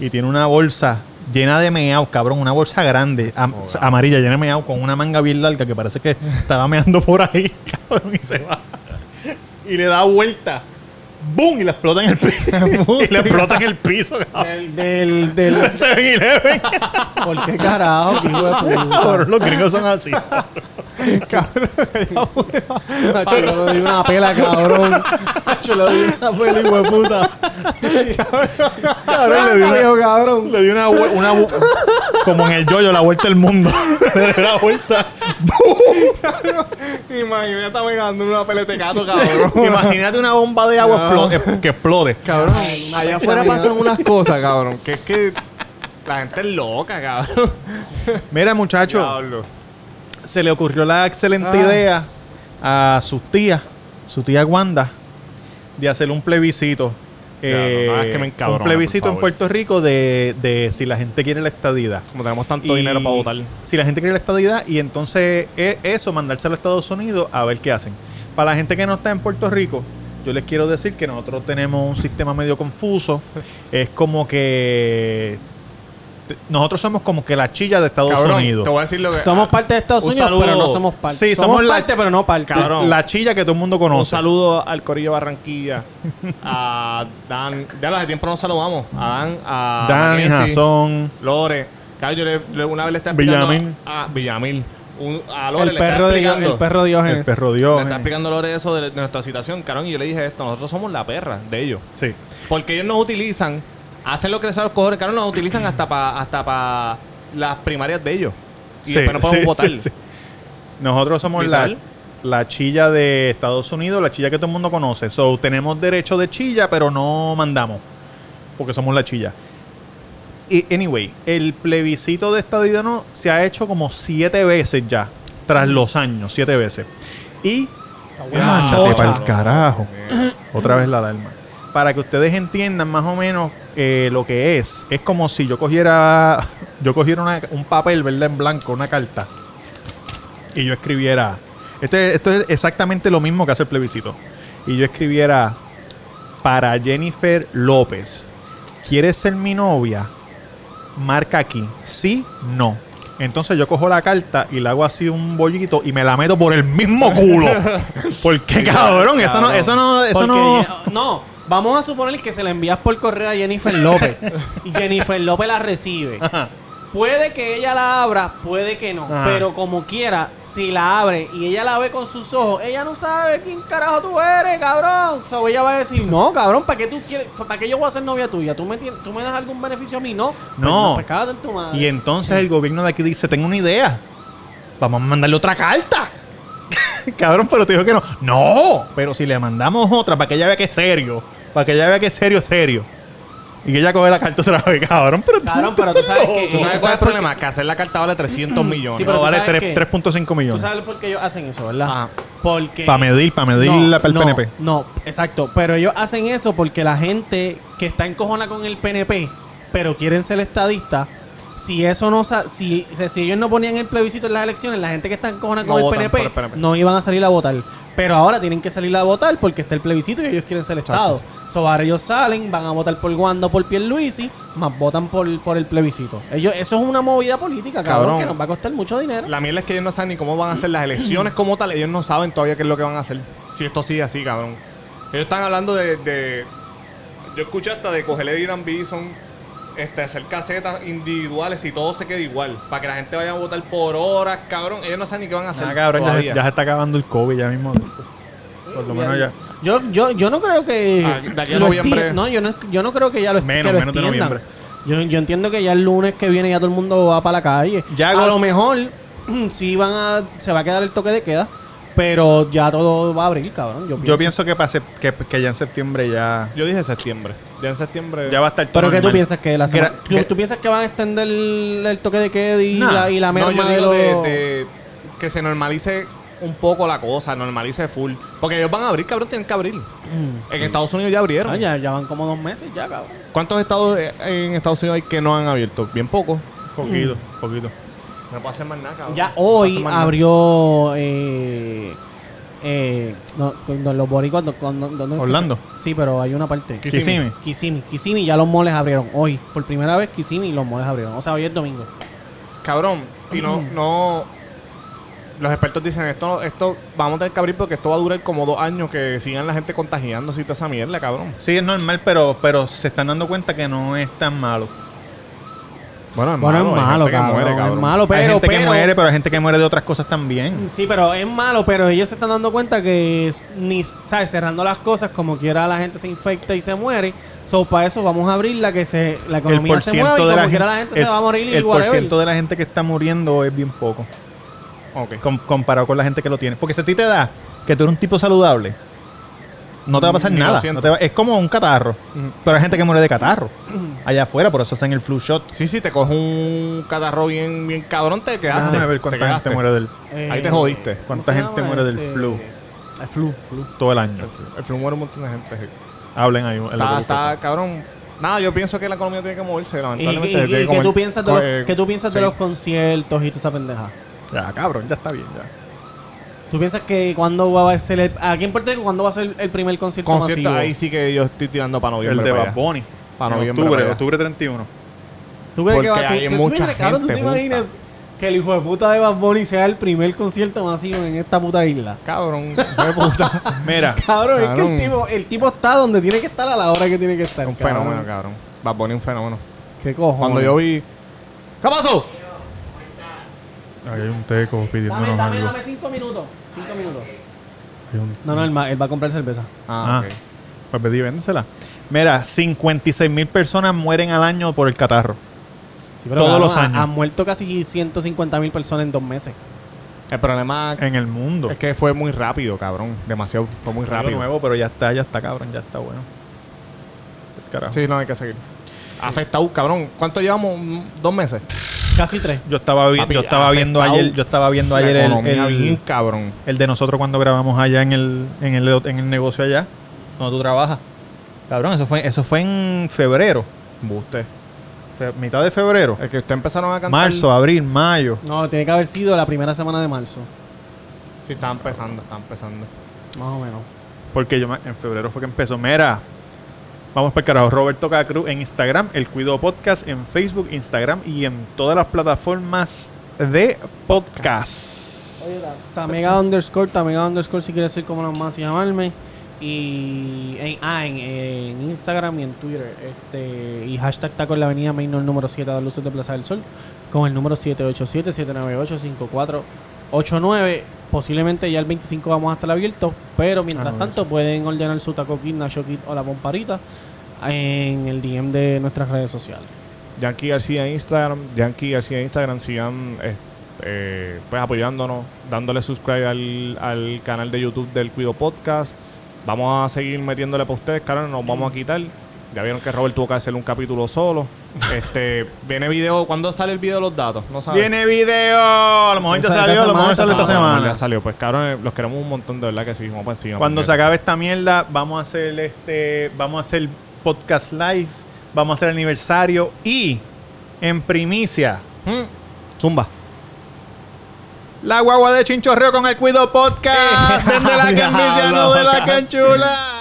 Speaker 1: y tiene una bolsa llena de meao, cabrón, una bolsa grande, am- amarilla, llena de meao, con una manga bien larga que parece que estaba meando por ahí, cabrón, y se va. Y le da vuelta. ¡Bum! Y le explota en el piso. y le explota en el piso, cabrón.
Speaker 3: Del, del, del-
Speaker 1: 7-Eleven.
Speaker 3: ¿Por qué carajo? hijo de puta?
Speaker 1: Cabrón, los gringos son así.
Speaker 3: Macho, yo le di una pela, cabrón. Yo le di una pela, hijo de puta.
Speaker 1: Cabrón, le dio una-
Speaker 3: Viejo, cabrón.
Speaker 1: Le di una vuelta, una vu- como en el yoyo, la vuelta del mundo. Le dio la vuelta.
Speaker 6: Imagínate, está pegando una pelete gato, cabrón.
Speaker 1: Imagínate una bomba de agua
Speaker 6: No.
Speaker 1: explo- eh, que explote.
Speaker 6: Cabrón, allá afuera pasan unas cosas, cabrón. Que es que la gente es loca, cabrón.
Speaker 1: Mira, muchacho,
Speaker 6: Diablo.
Speaker 1: se le ocurrió la excelente
Speaker 6: Ah.
Speaker 1: idea a sus tías, su tía Wanda, de hacer un plebiscito. eh,
Speaker 6: no hagas que me encabrona,
Speaker 1: un plebiscito
Speaker 6: por
Speaker 1: en
Speaker 6: favor.
Speaker 1: Puerto Rico de, de si la gente quiere la estadidad.
Speaker 6: Como tenemos tanto
Speaker 1: Y
Speaker 6: dinero para votar.
Speaker 1: Si la gente quiere la estadidad y entonces e- eso, mandárselo a Estados Unidos a ver qué hacen. Para la gente que no está en Puerto Rico, yo les quiero decir que nosotros tenemos un sistema medio confuso. Es como que este, nosotros somos como que la chilla de Estados
Speaker 6: Cabrón,
Speaker 1: Unidos.
Speaker 6: te voy a decir lo que. Ah,
Speaker 3: Somos parte de Estados
Speaker 6: Un
Speaker 3: Unidos,
Speaker 6: saludo.
Speaker 3: pero no somos parte.
Speaker 1: Sí,
Speaker 3: somos,
Speaker 1: somos la-
Speaker 3: parte, pero no parte.
Speaker 6: Cabrón.
Speaker 1: La chilla que todo el mundo
Speaker 6: Un
Speaker 1: conoce.
Speaker 6: saludo al Corillo Barranquilla, a Dan, ya hace tiempo no saludamos, a Dan, a
Speaker 1: Dani,
Speaker 6: Mackenzie,
Speaker 1: Jason.
Speaker 6: Lore, claro, yo le, le- una vez le estaba explicando
Speaker 1: Villamil.
Speaker 6: a Villamil, un- a Lore
Speaker 3: El
Speaker 6: le estaba
Speaker 3: perro, de,
Speaker 6: explicando,
Speaker 3: el perro Diógenes.
Speaker 1: El perro
Speaker 6: le
Speaker 1: Dios. eh.
Speaker 6: estaba explicando a Lore eso de, de nuestra situación, carón, y yo le dije esto, nosotros somos la perra de ellos,
Speaker 1: Sí.
Speaker 6: porque ellos nos utilizan, hacen lo que les sale a los cojones, carón, nos utilizan hasta para hasta pa las primarias de ellos, y
Speaker 1: Sí,
Speaker 6: después no podemos
Speaker 1: sí,
Speaker 6: votar.
Speaker 1: sí, sí. Nosotros somos la,
Speaker 6: Literal.
Speaker 1: la chilla de Estados Unidos, la chilla que todo el mundo conoce. So, tenemos derecho de chilla, pero no mandamos. Porque somos la chilla. Y, anyway, el plebiscito de estadidad no se ha hecho como siete veces ya. Tras los años, siete veces. Y.
Speaker 6: buena
Speaker 1: Ándate
Speaker 6: chocha.
Speaker 1: pa'l carajo. Otra vez la alarma. Para que ustedes entiendan más o menos eh, lo que es. Es como si yo cogiera. Yo cogiera una- un papel, ¿verdad? En blanco, una carta y yo escribiera. Este, esto es exactamente lo mismo que hace el plebiscito. Y yo escribiera para Jennifer López. ¿Quieres ser mi novia? Marca aquí. Sí, no. Entonces yo cojo la carta y le hago así un bollito y me la meto por el mismo culo. Porque cabrón, eso no, eso no, eso
Speaker 3: Porque
Speaker 1: no.
Speaker 3: ya- no, vamos a suponer que se la envías por correo a Jennifer López y Jennifer López la recibe.
Speaker 1: Ajá.
Speaker 3: Puede que ella la abra, puede que no.
Speaker 1: Ajá.
Speaker 3: Pero como quiera, si la abre y ella la ve con sus ojos, ella no sabe quién carajo tú eres, cabrón. O sea, ella va a decir, no, cabrón, ¿para qué tú quieres? ¿Para qué yo voy a ser novia tuya? ¿Tú me, tien- tú me das algún beneficio a mí? No. Pues
Speaker 1: No.
Speaker 3: pues cágate en tu madre.
Speaker 1: Y entonces el gobierno de aquí dice, tengo una idea. Vamos a mandarle otra carta. Cabrón, pero te dijo que no. No, pero si le mandamos otra para que ella vea que es serio. Para que ella vea que es serio, serio. Y que ella coge la carta otra vez, cabrón. Pero
Speaker 3: Cabrón, pero tú sabes que-
Speaker 6: ¿Tú sabes
Speaker 3: Eh, ¿tú
Speaker 6: cuál
Speaker 3: sabes
Speaker 6: es el
Speaker 3: por
Speaker 6: problema? Que hacer la carta vale 300 millones.
Speaker 3: Sí,
Speaker 1: No,
Speaker 3: pero tú
Speaker 1: vale
Speaker 3: sabes
Speaker 1: tres-
Speaker 3: que-
Speaker 1: 3.5
Speaker 3: Tú
Speaker 1: millones.
Speaker 3: sabes por qué ellos hacen eso, ¿verdad?
Speaker 6: Ajá.
Speaker 3: Porque...
Speaker 1: Para medir, para medir
Speaker 3: No,
Speaker 1: la para el
Speaker 3: no,
Speaker 1: PNP.
Speaker 3: No, exacto. Pero ellos hacen eso porque la gente que está encojona con el PNP, pero quieren ser estadistas, si eso no sa- si, si ellos no ponían el plebiscito en las elecciones, la gente que está encojona
Speaker 6: No
Speaker 3: con el
Speaker 6: votan
Speaker 3: PNP,
Speaker 6: por el PNP.
Speaker 3: no iban a salir a votar. Pero ahora tienen que salir a votar porque está el plebiscito y ellos quieren ser
Speaker 6: Exacto.
Speaker 3: estado. So, ahora ellos salen, van a votar por Wanda o por Pierluisi, más votan por, por el plebiscito. Ellos, eso es una movida política, cabrón,
Speaker 6: Cabrón.
Speaker 3: que nos va a costar mucho dinero.
Speaker 6: La mierda es que ellos no saben ni cómo van a hacer las elecciones como tal. Ellos no saben todavía qué es lo que van a hacer. Si esto sigue así, cabrón. Ellos están hablando de... de- Yo escuché hasta de coger a Irán Bison, este, hacer casetas individuales y todo se quede igual. Para que la gente vaya a votar por horas, cabrón. Ellos no saben ni qué van a hacer
Speaker 1: Ah, cabrón, ya, se-
Speaker 6: todavía.
Speaker 1: ya se está acabando el COVID ya mismo. Por lo menos ya.
Speaker 3: Yo, yo, yo no creo que.
Speaker 6: Ah, de aquí a
Speaker 3: lo
Speaker 6: noviembre.
Speaker 3: esti- No, yo no, yo no creo que ya lo est-
Speaker 1: Menos,
Speaker 3: que lo
Speaker 1: menos de
Speaker 3: extiendan.
Speaker 1: noviembre.
Speaker 3: Yo, yo entiendo que ya el lunes que viene ya todo el mundo va para la calle.
Speaker 1: Ya
Speaker 3: a
Speaker 1: go-
Speaker 3: lo mejor sí van a. Se va a quedar el toque de queda. Pero ya todo va a abrir, cabrón. Yo pienso.
Speaker 1: Yo pienso que, pase, que, que ya en septiembre ya,
Speaker 6: Yo dije septiembre. Ya en septiembre...
Speaker 1: ya va a estar todo
Speaker 3: ¿Pero qué tú
Speaker 1: normal.
Speaker 3: piensas? ¿Que la semana-
Speaker 1: Gra-
Speaker 3: ¿tú,
Speaker 1: que-
Speaker 3: tú piensas que van a extender el, el toque de queda y
Speaker 1: Nah.
Speaker 3: la, y la merma
Speaker 6: no, yo
Speaker 3: de
Speaker 6: digo de,
Speaker 3: los-
Speaker 6: de que se normalice un poco la cosa, normalice full. Porque ellos van a abrir, cabrón, tienen que abrir. en Estados Unidos ya abrieron.
Speaker 3: Mm. Ah, ya, ya van como dos meses ya, cabrón.
Speaker 6: ¿Cuántos estados eh, en Estados Unidos hay que no han abierto? Bien pocos.
Speaker 1: Poquito, poquito.
Speaker 6: No puedo hacer más nada, cabrón.
Speaker 3: Ya
Speaker 6: No puedo
Speaker 3: hoy
Speaker 6: hacer más nada.
Speaker 3: abrió. Eh, eh, no, con- con los boricuas. no, con- no, ¿dónde es que
Speaker 1: Orlando.
Speaker 3: se- Sí, pero hay una parte.
Speaker 1: Kissimmee.
Speaker 3: Kissimmee. Kissimmee, ya los moles abrieron hoy. Por primera vez, Kissimmee, los moles abrieron. O sea, hoy es domingo.
Speaker 6: Cabrón, y no, no. Los expertos dicen esto, esto vamos a tener que abrir porque esto va a durar como dos años que sigan la gente contagiándose y toda esa mierda, cabrón.
Speaker 1: Sí, es normal, pero, pero se están dando cuenta que no es tan malo.
Speaker 6: Bueno, es
Speaker 3: Bueno, es
Speaker 6: hay
Speaker 3: malo,
Speaker 6: gente que
Speaker 3: cabrón,
Speaker 6: muere, cabrón.
Speaker 3: Es malo, pero.
Speaker 1: hay gente que
Speaker 3: pero-
Speaker 1: muere, pero hay gente que muere de otras cosas también.
Speaker 3: Sí, pero es malo, pero ellos se están dando cuenta que, es- ni, ¿sabes? Cerrando las cosas, como quiera la gente se infecta y se muere. So, para eso vamos a abrir la que se, la
Speaker 1: El
Speaker 3: economía
Speaker 1: por
Speaker 3: se mueve y
Speaker 1: ciento de
Speaker 3: como
Speaker 1: la gente,
Speaker 3: quiera la gente
Speaker 1: el,
Speaker 3: se va a morir y
Speaker 1: el por
Speaker 3: whatever.
Speaker 1: ciento de la gente que está muriendo es bien poco
Speaker 6: Ok.
Speaker 1: com- comparado con la gente que lo tiene. Porque si a ti te da que tú eres un tipo saludable, no te va a pasar
Speaker 6: Ni lo
Speaker 1: nada.
Speaker 6: siento.
Speaker 1: No
Speaker 6: Mm.
Speaker 1: te va- es como un catarro. Pero hay gente que muere de catarro allá afuera, por eso hacen el flu shot.
Speaker 6: Sí, sí, te coges un catarro bien, bien cabrón, te quedaste.
Speaker 1: Déjame ver
Speaker 6: te
Speaker 1: cuánta
Speaker 6: quedaste.
Speaker 1: gente muere del
Speaker 3: Eh,
Speaker 6: Ahí te jodiste.
Speaker 3: ¿cómo
Speaker 1: cuánta
Speaker 3: se
Speaker 1: gente
Speaker 3: llama?
Speaker 1: muere del
Speaker 3: Este,
Speaker 1: flu
Speaker 3: El flu, flu.
Speaker 1: todo el año.
Speaker 6: El flu- El flu muere un montón de gente. sí.
Speaker 1: Hablen ahí. en la
Speaker 6: Está,
Speaker 1: boca.
Speaker 6: está, cabrón. Nada, yo pienso que la economía tiene que moverse,
Speaker 3: ¿Y, y,
Speaker 6: lamentablemente.
Speaker 3: y-
Speaker 6: tiene que
Speaker 3: y qué
Speaker 6: comer-
Speaker 3: tú piensas, de los,
Speaker 6: eh,
Speaker 3: qué tú piensas de
Speaker 6: sí.
Speaker 3: los conciertos y toda esa pendeja?
Speaker 1: Ya, cabrón, ya está bien. Ya.
Speaker 3: ¿Tú piensas que cuándo va a ser el, aquí en Puerto Rico cuándo va a ser el primer concierto,
Speaker 6: Concierto,
Speaker 3: masivo?
Speaker 6: ahí sí que yo estoy tirando para
Speaker 1: El
Speaker 6: noviembre.
Speaker 1: de
Speaker 6: para allá.
Speaker 1: Bad Bunny.
Speaker 6: Para
Speaker 1: en
Speaker 6: noviembre
Speaker 1: octubre,
Speaker 6: para allá.
Speaker 1: octubre 31.
Speaker 3: ¿Tú crees que
Speaker 6: Porque
Speaker 3: va tú-
Speaker 6: hay
Speaker 3: tú- tú
Speaker 6: mucha
Speaker 3: mira, cabrón, ¿tú te
Speaker 6: gente junta.
Speaker 3: imaginas que el hijo de puta de Bad Bunny sea el primer concierto masivo en esta puta isla?
Speaker 6: Cabrón, de puta.
Speaker 1: Mira,
Speaker 3: Cabrón, es que
Speaker 6: Cabrón.
Speaker 3: el tipo, el tipo está donde tiene que estar a la hora que tiene que estar.
Speaker 6: un
Speaker 3: cabrón.
Speaker 6: fenómeno, cabrón. Bad Bunny un fenómeno.
Speaker 3: ¿Qué cojones?
Speaker 6: Cuando yo vi... ¿Qué pasó?
Speaker 1: ahí hay un teco pidiéndonos algo.
Speaker 3: cinco minutos. Cinco minutos.
Speaker 1: Hay un-
Speaker 3: No, no, él, ma- él va a comprar cerveza.
Speaker 1: Ah, pues pedí, véndesela. Mira, 56 mil personas mueren al año por el catarro. Todos los
Speaker 3: ha-
Speaker 1: años.
Speaker 3: Han muerto casi 150 mil personas en dos meses.
Speaker 6: El problema
Speaker 1: En el mundo.
Speaker 6: es que fue muy rápido, cabrón. Demasiado. Fue muy
Speaker 1: Algo
Speaker 6: rápido.
Speaker 1: nuevo, pero ya está, ya está, cabrón, ya está bueno. Carajo.
Speaker 6: Sí, no, hay que seguir. Afectado, cabrón. ¿Cuánto llevamos? Mm, ¿Dos meses?
Speaker 3: Casi tres.
Speaker 1: Yo estaba, vi-
Speaker 6: Papi,
Speaker 1: yo estaba
Speaker 6: ha
Speaker 1: viendo
Speaker 6: afectado
Speaker 1: ayer, yo estaba viendo ayer
Speaker 6: La
Speaker 1: el,
Speaker 6: economía bien
Speaker 1: el,
Speaker 6: cabrón.
Speaker 1: el de nosotros cuando grabamos allá en el, en el, en el negocio allá, donde tú trabajas. Cabrón, eso fue, eso fue en febrero,
Speaker 6: Buste.
Speaker 1: fe- mitad de febrero,
Speaker 6: El que ustedes empezaron a cantar...
Speaker 1: marzo, abril, mayo.
Speaker 3: No, tiene que haber sido la primera semana de marzo.
Speaker 6: Sí, estaba empezando, estaba empezando.
Speaker 3: Más o menos.
Speaker 1: Porque yo me- en febrero fue que empezó. Mira, vamos para el carajo. Roberto Cacruz en Instagram, El Cuido Podcast en Facebook, Instagram y en todas las plataformas de podcast.
Speaker 3: Tamega underscore, Tamega underscore si quieres ser como los más y llamarme. Y en, ah, en, en Instagram y en Twitter. Este, y hashtag taco en la avenida Main el número 7 a las luces de Plaza del Sol. Con el número 787-798-5489. Posiblemente ya el 25 vamos a estar abiertos. Pero mientras
Speaker 1: Ah, no,
Speaker 3: tanto pueden ordenar su taco kit, nacho kit o la pomparita en el DM de nuestras redes sociales.
Speaker 6: Yankee García en Instagram, Yankee García en Instagram, sigan eh, eh, pues apoyándonos, dándole subscribe al, al canal de YouTube del Cuido Podcast. Vamos a seguir metiéndole para ustedes, claro, nos vamos a quitar. Ya vieron que Robert tuvo que hacer un capítulo solo. Este, viene video, ¿cuándo sale el video de los datos? No sabes.
Speaker 1: Viene video. A lo mejor ya
Speaker 3: Esa- esa
Speaker 1: salió, a lo
Speaker 3: semana,
Speaker 1: mejor
Speaker 3: esa
Speaker 1: sale esta
Speaker 3: semana.
Speaker 1: semana.
Speaker 6: Ya salió, pues cabrón, eh, los queremos un montón de verdad que sí, vamos para encima.
Speaker 1: Cuando
Speaker 6: puñeta.
Speaker 1: se acabe esta mierda, vamos a hacer este, vamos a hacer podcast live, vamos a hacer aniversario y en primicia
Speaker 6: Mm. Zumba.
Speaker 1: la guagua de Chinchorreo con el Cuido Podcast, desde la
Speaker 6: Diablo,
Speaker 1: camisa, no de la
Speaker 6: cabrón.
Speaker 1: canchula.